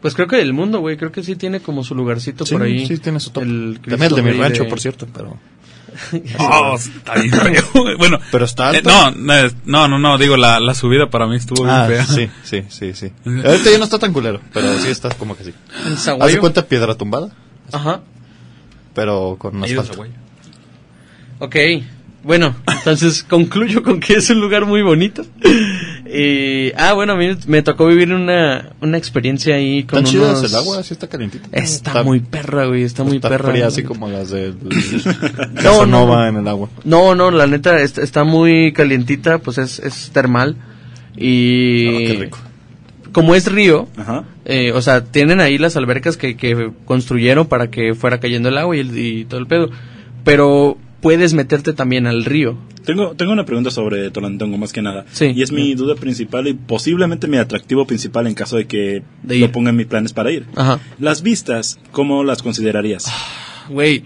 Speaker 2: Pues creo que del mundo, güey. Creo que sí tiene como su lugarcito
Speaker 3: Sí,
Speaker 2: por ahí.
Speaker 3: sí, tiene su top.
Speaker 2: El
Speaker 3: También el de mi
Speaker 2: Cristo Rey
Speaker 3: rancho,
Speaker 2: de-
Speaker 3: por cierto, pero...
Speaker 4: Oh, está bien feo, güey. Bueno,
Speaker 3: Pero está
Speaker 4: eh,
Speaker 3: alto.
Speaker 4: no, no, no, no, no, digo, la, la subida para mí estuvo bien
Speaker 3: Ah,
Speaker 4: fea.
Speaker 3: sí, sí, sí, sí. Ahorita ya no está tan culero, pero sí está como que sí.
Speaker 2: En
Speaker 3: Haz de
Speaker 2: Sahuayo.
Speaker 3: cuenta piedra tumbada,
Speaker 2: Ajá.
Speaker 3: pero con
Speaker 4: Ahí de
Speaker 3: asfalto.
Speaker 4: Zaguayo.
Speaker 2: Ok. Bueno, entonces concluyo con que es un lugar muy bonito. Eh, ah, bueno, a mí me tocó vivir una, una experiencia ahí con
Speaker 3: Tan chida es
Speaker 2: unos-
Speaker 3: el agua, sí está calientita.
Speaker 2: Está, muy perra, güey. Está muy
Speaker 3: está
Speaker 2: perra.
Speaker 3: fría,
Speaker 2: ¿no?
Speaker 3: así como las de Casanova
Speaker 2: no.
Speaker 3: en el agua.
Speaker 2: No, no, la neta est- está muy calientita, pues es, es termal. Y
Speaker 3: Ah, qué rico.
Speaker 2: como es río,
Speaker 1: Ajá.
Speaker 2: eh, o sea, tienen ahí las albercas que, que construyeron para que fuera cayendo el agua y, el- y todo el pedo. Pero puedes meterte también al río.
Speaker 1: Tengo, tengo una pregunta sobre Tolantongo, más que nada.
Speaker 2: Sí.
Speaker 1: Y es mi duda principal y posiblemente mi atractivo principal en caso de que
Speaker 2: De ir.
Speaker 1: lo ponga en mis planes para ir.
Speaker 2: Ajá.
Speaker 1: Las vistas, ¿cómo las considerarías?
Speaker 2: Ah, Güey,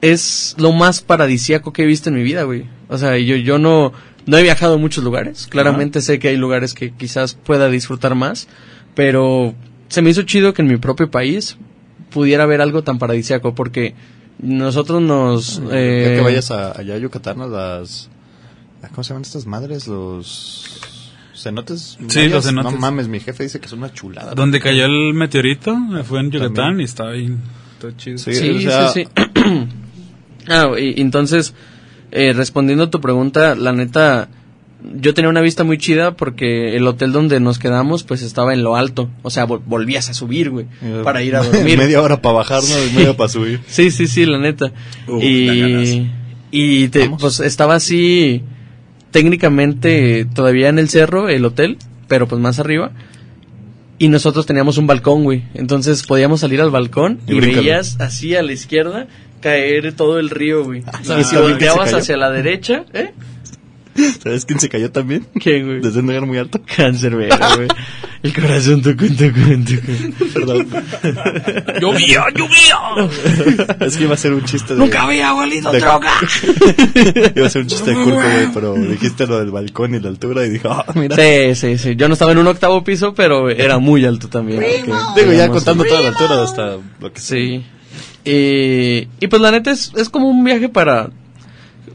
Speaker 2: es lo más paradisíaco que he visto en mi vida, güey. O sea, yo, yo no, no he viajado a muchos lugares. Claramente sé que hay lugares que quizás pueda disfrutar más. Pero se me hizo chido que en mi propio país pudiera haber algo tan paradisíaco. Porque nosotros nos...
Speaker 3: Ya
Speaker 2: eh,
Speaker 3: que vayas a, allá a Yucatán a las... ah, ¿Cómo se llaman estas madres? Los... ¿Cenotes?
Speaker 4: Sí, los
Speaker 3: mayas. No
Speaker 4: cenotes.
Speaker 3: mames, mi jefe dice que es una chulada.
Speaker 4: Donde cayó el meteorito, eh, fue en Yucatán y estaba bien. Está chido.
Speaker 3: Sí,
Speaker 2: Sí,
Speaker 3: o sea,
Speaker 2: sí, sí. ah, y- entonces, eh, respondiendo a tu pregunta, la neta, yo tenía una vista muy chida porque el hotel donde nos quedamos, pues estaba en lo alto. O sea, vol- volvías a subir, güey,
Speaker 3: eh,
Speaker 2: para ir a dormir.
Speaker 3: media hora para bajar, ¿no? Y
Speaker 2: Sí.
Speaker 3: media para subir.
Speaker 2: Sí, sí, sí, la neta.
Speaker 1: Uf, dan ganas.
Speaker 2: y y te-
Speaker 3: Vamos.
Speaker 2: pues estaba así, técnicamente todavía en el cerro, el hotel, pero pues más arriba. Y nosotros teníamos un balcón, güey. Entonces podíamos salir al balcón
Speaker 3: Y
Speaker 2: y,
Speaker 3: brincarle.
Speaker 2: veías así a la izquierda caer todo el río, güey.
Speaker 3: Ah,
Speaker 2: y si
Speaker 3: ah,
Speaker 2: volteabas
Speaker 3: se cayó.
Speaker 2: hacia la derecha, ¿eh?
Speaker 3: ¿Sabes quién se cayó también?
Speaker 2: ¿Qué, güey?
Speaker 3: Desde un lugar muy alto.
Speaker 2: Cáncer, güey. El corazón tucun, tucun, tucun.
Speaker 3: Perdón.
Speaker 4: ¡Lluvia, lluvia!
Speaker 3: es que iba a ser un chiste de...
Speaker 4: había huelido
Speaker 3: de- Iba a ser un chiste de culpa, güey, pero dijiste lo del balcón y la altura y dije, ah, mira.
Speaker 2: Sí, sí, sí. Yo no estaba en un octavo piso, pero era muy alto también. porque,
Speaker 3: Digo, ya
Speaker 2: digamos,
Speaker 3: contando toda la altura hasta lo que sea.
Speaker 2: Sí. Y, y pues la neta es, es como un viaje para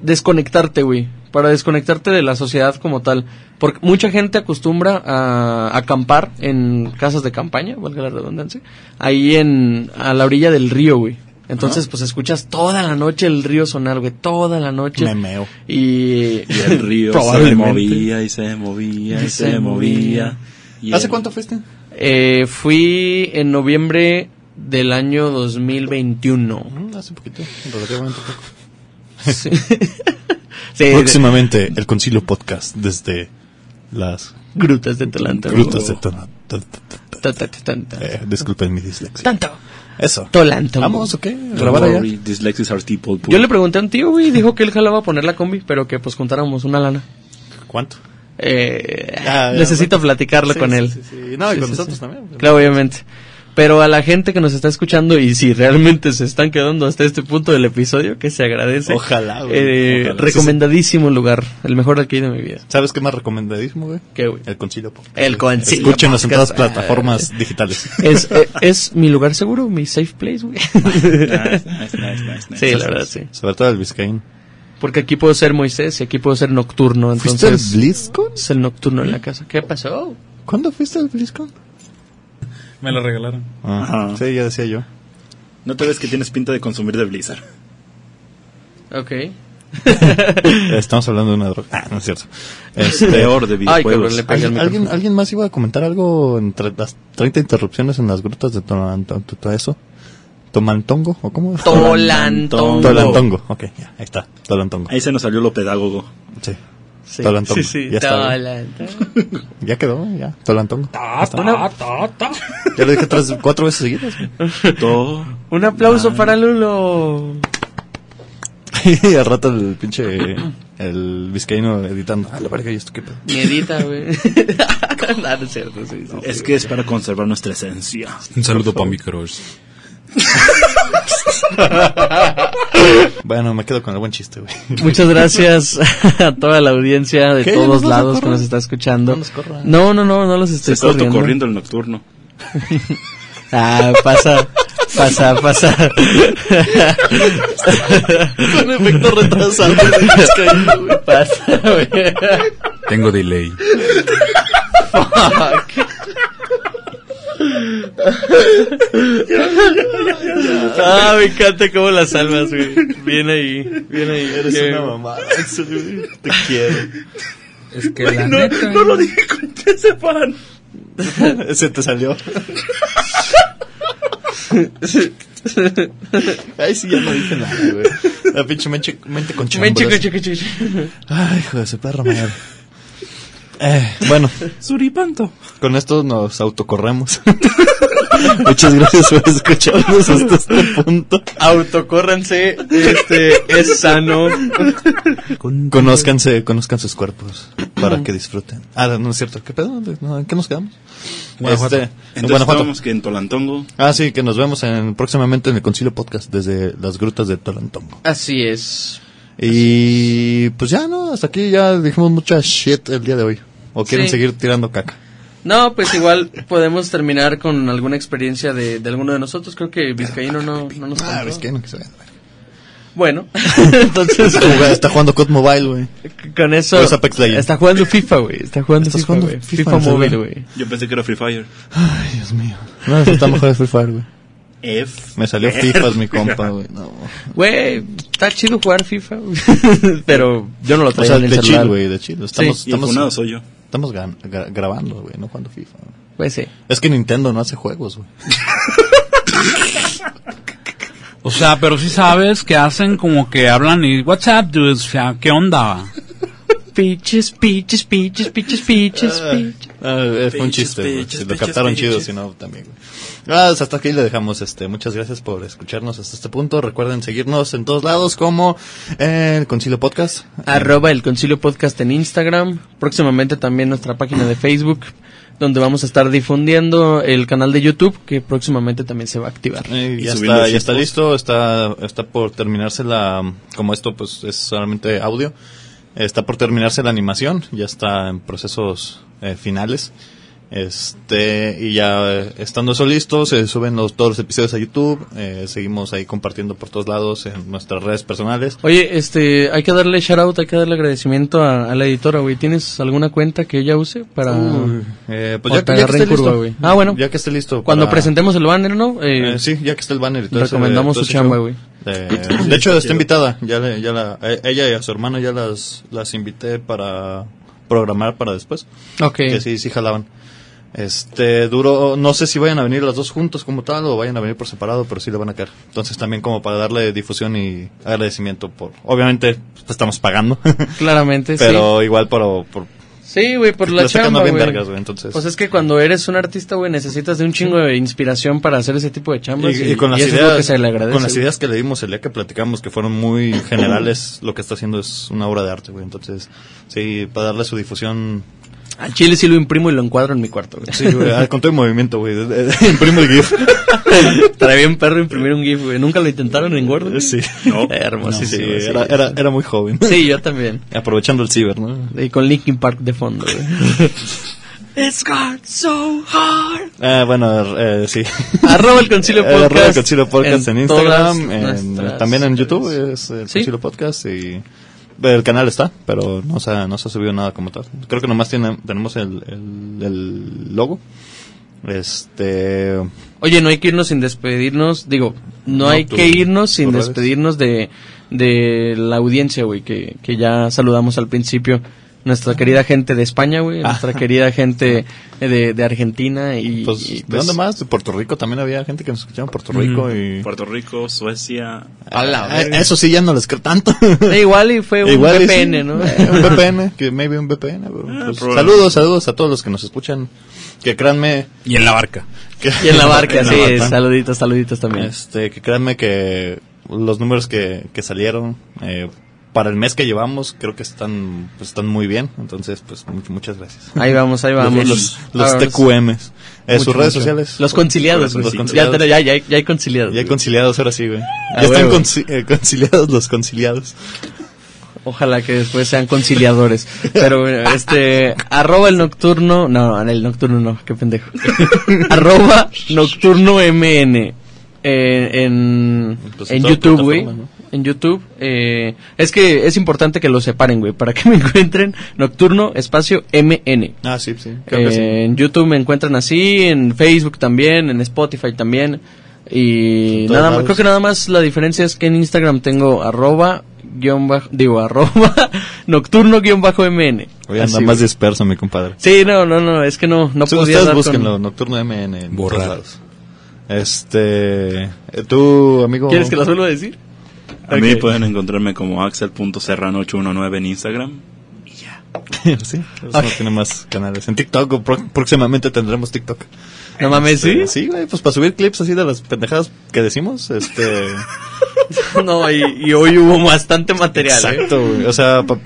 Speaker 2: desconectarte, güey. Para desconectarte de la sociedad como tal. Porque mucha gente acostumbra a acampar en casas de campaña, valga la redundancia, ahí en, a la orilla del río, güey. Entonces, pues escuchas toda la noche el río sonar, güey, toda la noche.
Speaker 3: Me meo.
Speaker 2: Y,
Speaker 1: Y el río se
Speaker 2: Probablemente.
Speaker 1: movía y se movía y se movía. Y
Speaker 3: ¿Hace
Speaker 1: el-
Speaker 3: cuánto fuiste?
Speaker 2: Eh, fui en noviembre del año 2021.
Speaker 3: Mm, Hace poquito, relativamente poco.
Speaker 2: Sí. Sí, de-
Speaker 3: Eh, Próximamente, el Concilio Podcast desde las
Speaker 2: Grutas de Tolanta.
Speaker 3: grutas de Tona.
Speaker 2: Ta, ta, ta, tan, tan.
Speaker 3: disculpen mi dislexia.
Speaker 2: Tanto.
Speaker 3: Eso.
Speaker 2: Tolanto.
Speaker 3: Eh, ¿Vamos o qué?
Speaker 1: Don't
Speaker 3: ¿Grabar allá?
Speaker 1: worry, dyslexics are people,
Speaker 2: Yo le pregunté a un tío, güey, y dijo que él jalaba poner la combi, pero que pues juntáramos una lana.
Speaker 3: ¿Cuánto?
Speaker 2: Eh,
Speaker 3: Ah, ya,
Speaker 2: necesito platicarlo
Speaker 3: Sí,
Speaker 2: con
Speaker 3: sí,
Speaker 2: él.
Speaker 3: sí, sí. No, y
Speaker 2: Sí,
Speaker 3: con
Speaker 2: sí,
Speaker 3: nosotros
Speaker 2: sí.
Speaker 3: también. pues.
Speaker 2: Claro, obviamente. Pero a la gente que nos está escuchando y si realmente se están quedando hasta este punto del episodio, que se agradece.
Speaker 3: Ojalá, güey.
Speaker 2: Eh,
Speaker 3: Ojalá.
Speaker 2: Recomendadísimo lugar, el mejor aquí de mi vida.
Speaker 3: ¿Sabes qué más recomendadísimo, güey?
Speaker 2: ¿Qué, güey?
Speaker 3: El Concilio Podcast.
Speaker 2: El Concilio
Speaker 3: Escúchenos en todas las
Speaker 2: Podcast. Ah.
Speaker 3: plataformas digitales.
Speaker 2: Es, eh, es mi lugar seguro, mi safe place, güey.
Speaker 3: Ah,
Speaker 1: Nice, nice, nice, nice, nice.
Speaker 2: sí, la verdad, sí.
Speaker 3: Sobre todo el Biscayne.
Speaker 2: Porque aquí puedo ser Moisés y aquí puedo ser nocturno, entonces...
Speaker 3: BlizzCon?
Speaker 2: Es el nocturno en la casa. ¿Qué pasó?
Speaker 3: ¿Cuándo fuiste al BlizzCon?
Speaker 4: Me lo regalaron.
Speaker 1: Ajá.
Speaker 3: Sí, ya decía yo.
Speaker 1: No te ves que tienes pinta de consumir de Blizzard.
Speaker 2: Ok.
Speaker 3: Estamos hablando de una droga. Ah, no es cierto. Este,
Speaker 1: Peor de
Speaker 2: Ay, cabrón,
Speaker 1: videojuegos.
Speaker 2: le pegué al
Speaker 3: ¿Alguien, alguien,
Speaker 2: micrófono.
Speaker 3: alguien más iba a comentar algo entre las 30 interrupciones en las grutas de Tolantongo? ¿Todo eso? ¿Tomantongo? ¿O cómo?
Speaker 2: Tolantongo.
Speaker 3: Tolantongo. Ok, ya, ahí está. Tolantongo.
Speaker 1: Ahí se nos salió lo pedagogo.
Speaker 3: Sí.
Speaker 2: Sí,
Speaker 3: Tolantongo.
Speaker 2: sí, sí.
Speaker 3: Ya está, güey.
Speaker 2: Tolantongo.
Speaker 3: Ya quedó, ya. Tolantongo. Ya está. Ya lo dije tres, cuatro veces seguidas. güey.
Speaker 1: To-
Speaker 2: Un aplauso para Lulo.
Speaker 3: y al rato el pinche. El vizcaíno editando. Ah, la verga, ¿y esto qué pedo?
Speaker 2: Miedita, güey. no, no es cierto, sí, sí.
Speaker 1: Es que es para conservar nuestra esencia.
Speaker 4: Un saludo para mi crush.
Speaker 3: Bueno, me quedo con el buen chiste, güey.
Speaker 2: Muchas gracias a toda la audiencia de
Speaker 3: ¿Qué? ¿Nos
Speaker 2: todos
Speaker 3: vas a
Speaker 2: lados que
Speaker 3: correr?
Speaker 2: nos está escuchando.
Speaker 3: No nos corran.
Speaker 2: No, no, no, no los
Speaker 1: Se
Speaker 2: estoy
Speaker 1: está
Speaker 2: corriendo.
Speaker 1: autocorriendo el nocturno.
Speaker 2: Ah, pasa, pasa, pasa.
Speaker 3: Con efecto retrasado.
Speaker 2: pasa, güey.
Speaker 4: Tengo delay.
Speaker 2: Ah, me encanta cómo las almas, güey. Bien ahí, bien ahí.
Speaker 3: Eres
Speaker 2: Qué-
Speaker 3: una mamá. Te quiero.
Speaker 4: Es que la
Speaker 1: No, no lo dije con que sepan.
Speaker 3: Se te salió. Ay, sí, ya no dije nada, güey. La pinche mente, mente con
Speaker 2: Ven, chico,
Speaker 3: chambras.
Speaker 2: chico, chico, chico.
Speaker 3: Ay, hijo de su perra madre. Eh, bueno,
Speaker 1: Suripanto.
Speaker 3: con esto nos autocorremos. Muchas gracias por escucharnos hasta este punto.
Speaker 2: Autocórranse, este, es sano.
Speaker 3: Conózcanse, conozcan sus cuerpos para que disfruten. Ah, no es cierto. ¿Qué pedo? No, ¿En qué nos quedamos?
Speaker 4: Guanajuato.
Speaker 3: Este, en
Speaker 1: Entonces
Speaker 3: Guanajuato.
Speaker 1: estábamos que en Tolantongo.
Speaker 3: Ah, sí, que nos vemos en, próximamente en el Concilio Podcast desde las grutas de Tolantongo.
Speaker 2: Así es.
Speaker 3: Y pues ya, ¿no? Hasta aquí ya dijimos mucha shit el día de hoy. ¿O quieren
Speaker 2: Sí.
Speaker 3: seguir tirando caca?
Speaker 2: No, pues igual podemos terminar con alguna experiencia de, de alguno de nosotros. Creo que Vizcaíno no, no nos
Speaker 3: Ah,
Speaker 2: contó.
Speaker 3: es que no, que se vayan.
Speaker 2: Bueno, entonces
Speaker 3: Juga- Está jugando COD Mobile, güey.
Speaker 2: con eso
Speaker 3: Pues Apex Legends.
Speaker 2: está jugando FIFA, güey. Está jugando
Speaker 3: Estás
Speaker 2: FIFA,
Speaker 3: jugando
Speaker 2: güey.
Speaker 3: FIFA
Speaker 2: FIFA,
Speaker 3: en el
Speaker 2: móvil,
Speaker 3: celular.
Speaker 2: güey.
Speaker 1: Yo pensé que era Free Fire.
Speaker 3: Ay, Dios mío. No, eso está mejor el Free Fire, güey.
Speaker 1: F.
Speaker 3: Me salió FIFA mi compa, güey. No.
Speaker 2: Güey, está chido jugar FIFA, güey. pero yo no lo
Speaker 3: O
Speaker 2: traigo
Speaker 3: sea,
Speaker 2: en el
Speaker 3: de chill,
Speaker 2: celular.
Speaker 3: güey, de chill. Estamos,
Speaker 2: Sí,
Speaker 1: Y el
Speaker 3: estamos,
Speaker 1: funado soy yo.
Speaker 3: estamos gan- gra- grabando, güey, no jugando FIFA. güey.
Speaker 2: Pues sí.
Speaker 3: Es que Nintendo no hace juegos, güey.
Speaker 4: O sea, pero sí sabes que hacen como que hablan y WhatsApp, dudes, o sea, ¿qué onda?
Speaker 2: Piches, piches, piches, piches, piches, piches.
Speaker 3: Ah, eh, fue un
Speaker 1: Pinches,
Speaker 3: chiste, güey.
Speaker 1: pinches,
Speaker 3: Si lo
Speaker 1: pinches,
Speaker 3: captaron
Speaker 1: pinches.
Speaker 3: chido, si no, también, güey. Ah, pues hasta aquí le dejamos, este. Muchas gracias por escucharnos hasta este punto. Recuerden seguirnos en todos lados como eh, el Concilio Podcast.
Speaker 2: Arroba el Concilio Podcast en Instagram. Próximamente también nuestra página de Facebook, donde vamos a estar difundiendo el canal de YouTube, que próximamente también se va a activar.
Speaker 3: Eh,
Speaker 1: Y
Speaker 3: ya
Speaker 1: subiendo
Speaker 3: está,
Speaker 1: shitpost.
Speaker 3: ya está listo, está, está por terminarse la, como esto pues es solamente audio, está por terminarse la animación, ya está en procesos eh, finales, este, y ya eh, estando eso listo, se suben los, todos los episodios a YouTube, eh, seguimos ahí compartiendo por todos lados en nuestras redes personales.
Speaker 2: Oye, este, hay que darle shout out, hay que darle agradecimiento a, a la editora, güey. ¿Tienes alguna cuenta que ella use para
Speaker 3: Eh, pues
Speaker 2: O
Speaker 3: ya,
Speaker 2: te
Speaker 3: ya que
Speaker 2: agarré
Speaker 3: esté
Speaker 2: en curva,
Speaker 3: listo,
Speaker 2: güey. Ah, bueno.
Speaker 3: Ya que esté listo.
Speaker 2: cuando
Speaker 3: para-
Speaker 2: presentemos el banner, no? Eh,
Speaker 3: Eh, sí, ya que está el banner y todo ese-
Speaker 2: recomendamos
Speaker 3: todo
Speaker 2: su
Speaker 3: ese show.
Speaker 2: chamba, güey.
Speaker 3: Eh, de hecho, está invitada. Ya le- ya la- eh, ella y a su hermana ya las, las invité para programar para después.
Speaker 2: Ok.
Speaker 3: Que sí, sí jalaban. Este, duro, no sé si vayan a venir las dos juntos como tal o vayan a venir por separado, pero sí le van a caer. Entonces también como para darle difusión y agradecimiento por, obviamente, pues, estamos pagando,
Speaker 2: Claramente,
Speaker 3: pero igual por, por
Speaker 2: sí. Sí, güey, por
Speaker 3: lo
Speaker 2: la
Speaker 3: sacan
Speaker 2: chamba,
Speaker 3: bien
Speaker 2: güey.
Speaker 3: vergas, güey, entonces.
Speaker 2: Pues es que cuando eres un artista, güey, necesitas de un chingo de inspiración para hacer ese tipo de chambas.
Speaker 3: Y, y con las
Speaker 2: eso es
Speaker 3: ideas
Speaker 2: lo que se le agradece.
Speaker 3: con las
Speaker 2: güey.
Speaker 3: ideas que le dimos el día que platicamos que fueron muy generales lo que está haciendo es una obra de arte güey entonces sí para darle su difusión
Speaker 2: Al chile sí lo imprimo y lo encuadro en mi cuarto, güey.
Speaker 3: Sí, güey, ah, con todo el movimiento, güey. Imprimo el GIF.
Speaker 2: Trae bien perro imprimir un GIF, güey. Nunca lo intentaron en Word. güey?
Speaker 3: Sí.
Speaker 1: No.
Speaker 2: Eh, hermosísimo.
Speaker 3: Sí,
Speaker 2: sí,
Speaker 3: era, era, era muy joven.
Speaker 2: Sí, yo también.
Speaker 3: Aprovechando el ciber, ¿no?
Speaker 2: Y con Linkin Park de fondo, güey. It's got so hard.
Speaker 3: Ah, bueno, eh, sí.
Speaker 2: Arroba el Concilio Podcast.
Speaker 3: Arroba el Concilio Podcast en,
Speaker 2: todas
Speaker 3: Instagram, en-
Speaker 2: nuestras
Speaker 3: también en
Speaker 2: redes.
Speaker 3: YouTube es el
Speaker 2: Sí.
Speaker 3: Concilio Podcast y el canal está, pero no se, ha- no se ha subido nada como tal. Creo que nomás tiene, tenemos el, el, el logo. Este,
Speaker 2: Oye, no hay que irnos sin despedirnos. Digo, no,
Speaker 3: No,
Speaker 2: hay
Speaker 3: tú-
Speaker 2: que irnos sin
Speaker 3: tú redes.
Speaker 2: despedirnos de, de la audiencia, güey, que, que ya saludamos al principio. Nuestra querida gente de España,
Speaker 3: Ah.
Speaker 2: güey. Nuestra querida gente de, de Argentina y.
Speaker 3: pues,
Speaker 2: y,
Speaker 3: ¿de
Speaker 2: pues,
Speaker 3: dónde más? De Puerto Rico también había gente que nos escuchaba en Puerto Rico y...
Speaker 1: Puerto Rico, Suecia. Eh,
Speaker 2: A la
Speaker 3: Ah,
Speaker 2: verga.
Speaker 3: eso sí, ya no les creo tanto.
Speaker 2: Eh, igual y fue un
Speaker 3: Igual y sí,
Speaker 2: VPN, ¿no?
Speaker 3: eh, un VPN, que maybe un VPN. pero,
Speaker 1: Ah,
Speaker 3: pues,
Speaker 1: probable.
Speaker 3: saludos, saludos a todos los que nos escuchan. Que créanme.
Speaker 4: Y en la barca.
Speaker 3: que-
Speaker 2: y en la barca,
Speaker 3: en
Speaker 2: sí.
Speaker 3: barca.
Speaker 2: Saluditos, saluditos también.
Speaker 3: Este, que créanme que los números que, que salieron eh, para el mes que llevamos creo que están pues, están muy bien. Entonces, pues much- muchas gracias.
Speaker 2: Ahí vamos, ahí vamos.
Speaker 3: Los, los
Speaker 2: Vámonos.
Speaker 3: TQMs. Eh,
Speaker 2: Mucho,
Speaker 3: sus redes
Speaker 2: mucho.
Speaker 3: sociales.
Speaker 2: Los conciliados, güey.
Speaker 3: Los
Speaker 2: ya,
Speaker 3: conciliados.
Speaker 2: te- ya, ya, ya hay conciliados.
Speaker 3: Ya
Speaker 2: güey.
Speaker 3: conciliados, ahora sí, güey.
Speaker 2: Ah,
Speaker 3: Ya están
Speaker 2: huevo.
Speaker 3: conci- eh, conciliados los conciliados.
Speaker 2: Ojalá que después sean conciliadores. Pero bueno, este, arroba el nocturno, no, el nocturno no, qué pendejo. arroba nocturno MN. eh, en,
Speaker 3: Pues en
Speaker 2: en
Speaker 3: toda
Speaker 2: YouTube, güey.
Speaker 3: plataforma, ¿no?
Speaker 2: En YouTube. eh, es que es importante que lo separen, güey, para que me encuentren nocturno espacio MN.
Speaker 3: Ah, sí, sí. Creo que sí.
Speaker 2: Eh, En YouTube me encuentran así, en Facebook también, en Spotify también. Y
Speaker 3: En todos
Speaker 2: nada más,
Speaker 3: lados.
Speaker 2: creo que nada más la diferencia es que en Instagram tengo arroba guión bajo, digo arroba nocturno guión bajo mn.
Speaker 3: Voy a andar
Speaker 2: Así,
Speaker 3: más
Speaker 2: güey.
Speaker 3: disperso, mi compadre.
Speaker 2: Sí, no, no, no, es que no, no
Speaker 3: Sí,
Speaker 2: podía
Speaker 3: ustedes
Speaker 2: dar con-
Speaker 3: búsquenlo, Nocturno MN. en
Speaker 4: Borrar.
Speaker 3: todos lados. Este. eh, Tú, amigo.
Speaker 2: ¿Quieres que las vuelva a decir?
Speaker 1: A mí
Speaker 2: Ok.
Speaker 1: pueden encontrarme como axel.serrano819 en Instagram.
Speaker 3: sí, pues no tiene más canales. En TikTok, o pro- próximamente tendremos TikTok.
Speaker 2: No mames, ¿sí?
Speaker 3: Este, Sí, güey, pues para subir clips así de las pendejadas que decimos. Este.
Speaker 2: No, y, y hoy hubo bastante material, ¿eh? Ah.
Speaker 3: exacto, güey. O sea, pa-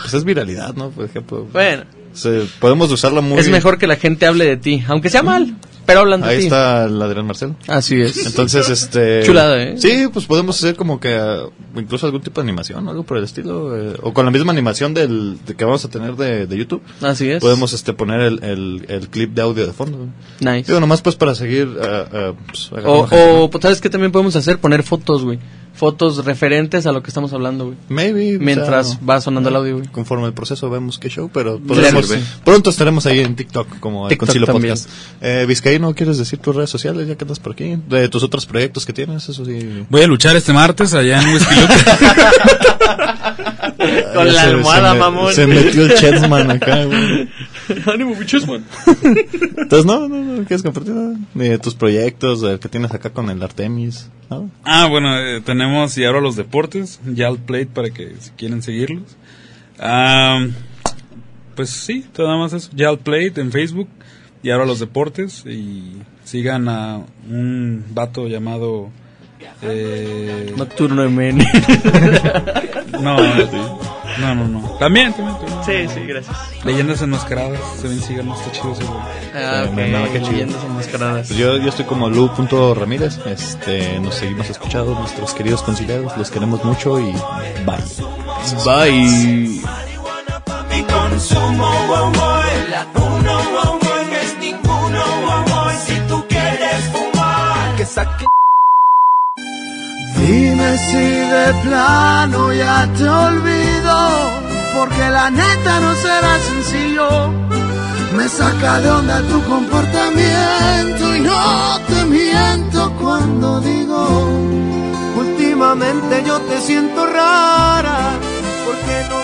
Speaker 3: pues es viralidad, ¿no? Por ejemplo.
Speaker 2: Bueno,
Speaker 3: O sea, podemos usarla muy.
Speaker 2: es mejor que la gente hable de ti, aunque sea mal, pero hablan de
Speaker 3: Ahí
Speaker 2: ti.
Speaker 3: está el Adrián Marcelo.
Speaker 2: Así es.
Speaker 3: Entonces, este.
Speaker 2: Chulada, ¿eh?
Speaker 3: Sí, pues podemos hacer como que ah, incluso algún tipo de animación, algo por el estilo. eh, o con la misma animación del, de que vamos a tener de, de YouTube.
Speaker 2: Así es.
Speaker 3: Podemos este, poner el, el, el clip de audio de fondo.
Speaker 2: Nice.
Speaker 3: Digo, nomás pues para seguir. ah, ah, pues, agarrando
Speaker 2: O,
Speaker 3: gente, ¿no?
Speaker 2: o pues, ¿sabes qué también podemos hacer? Poner fotos, güey. Fotos referentes a lo que estamos hablando, güey.
Speaker 3: Maybe. o
Speaker 2: Mientras
Speaker 3: sea,
Speaker 2: va sonando el audio, güey.
Speaker 3: Conforme el proceso vemos qué show, pero
Speaker 2: Claro
Speaker 3: podemos,
Speaker 2: que sí.
Speaker 3: pronto estaremos ahí en TikTok como el
Speaker 2: TikTok
Speaker 3: Concilio
Speaker 2: también.
Speaker 3: Podcast. Eh, Vizcaíno, ¿quieres decir tus redes sociales ya que andas por aquí? De tus otros proyectos que tienes, eso sí.
Speaker 4: Voy a luchar este martes allá en Huizquiluca.
Speaker 2: Con
Speaker 3: Ah, Ya
Speaker 2: la
Speaker 3: se- se
Speaker 2: almohada,
Speaker 3: me-
Speaker 2: mamón.
Speaker 3: Se metió el Chessman acá, güey.
Speaker 2: Ánimo, bichos, man.
Speaker 3: Entonces, no, no, no quieres compartir nada. De tus proyectos, el que tienes acá con el Artemis. nada.
Speaker 4: ah, bueno, eh, tenemos y ahora los deportes. Ya al plate para que si quieren seguirlos. Ah, pues sí, nada más eso. Ya al plate en Facebook. Y ahora los deportes. Y sigan a un vato llamado. eh,
Speaker 2: Nocturno MN.
Speaker 4: no, no, no, no. También, también, también.
Speaker 2: sí, sí, gracias.
Speaker 4: Leyendas enmascaradas. Se ven, sigan, no está chido ese güey.
Speaker 2: Ah,
Speaker 3: Sí,
Speaker 2: ok.
Speaker 3: nada, qué chido.
Speaker 2: Leyendas enmascaradas.
Speaker 3: Pues yo, yo estoy como Lu.ramírez. Este, nos seguimos escuchando, nuestros queridos conciliados. Los queremos mucho y bye.
Speaker 2: Bye.
Speaker 5: Mi consumo, oh, oh, la uno, oh, oh, no es ninguno, oh, oh, si tú quieres fumar, que saque. Dime si de plano ya te olvido, porque la neta no será sencillo. Me saca de onda tu comportamiento y no te miento cuando digo. Últimamente yo te siento rara, porque no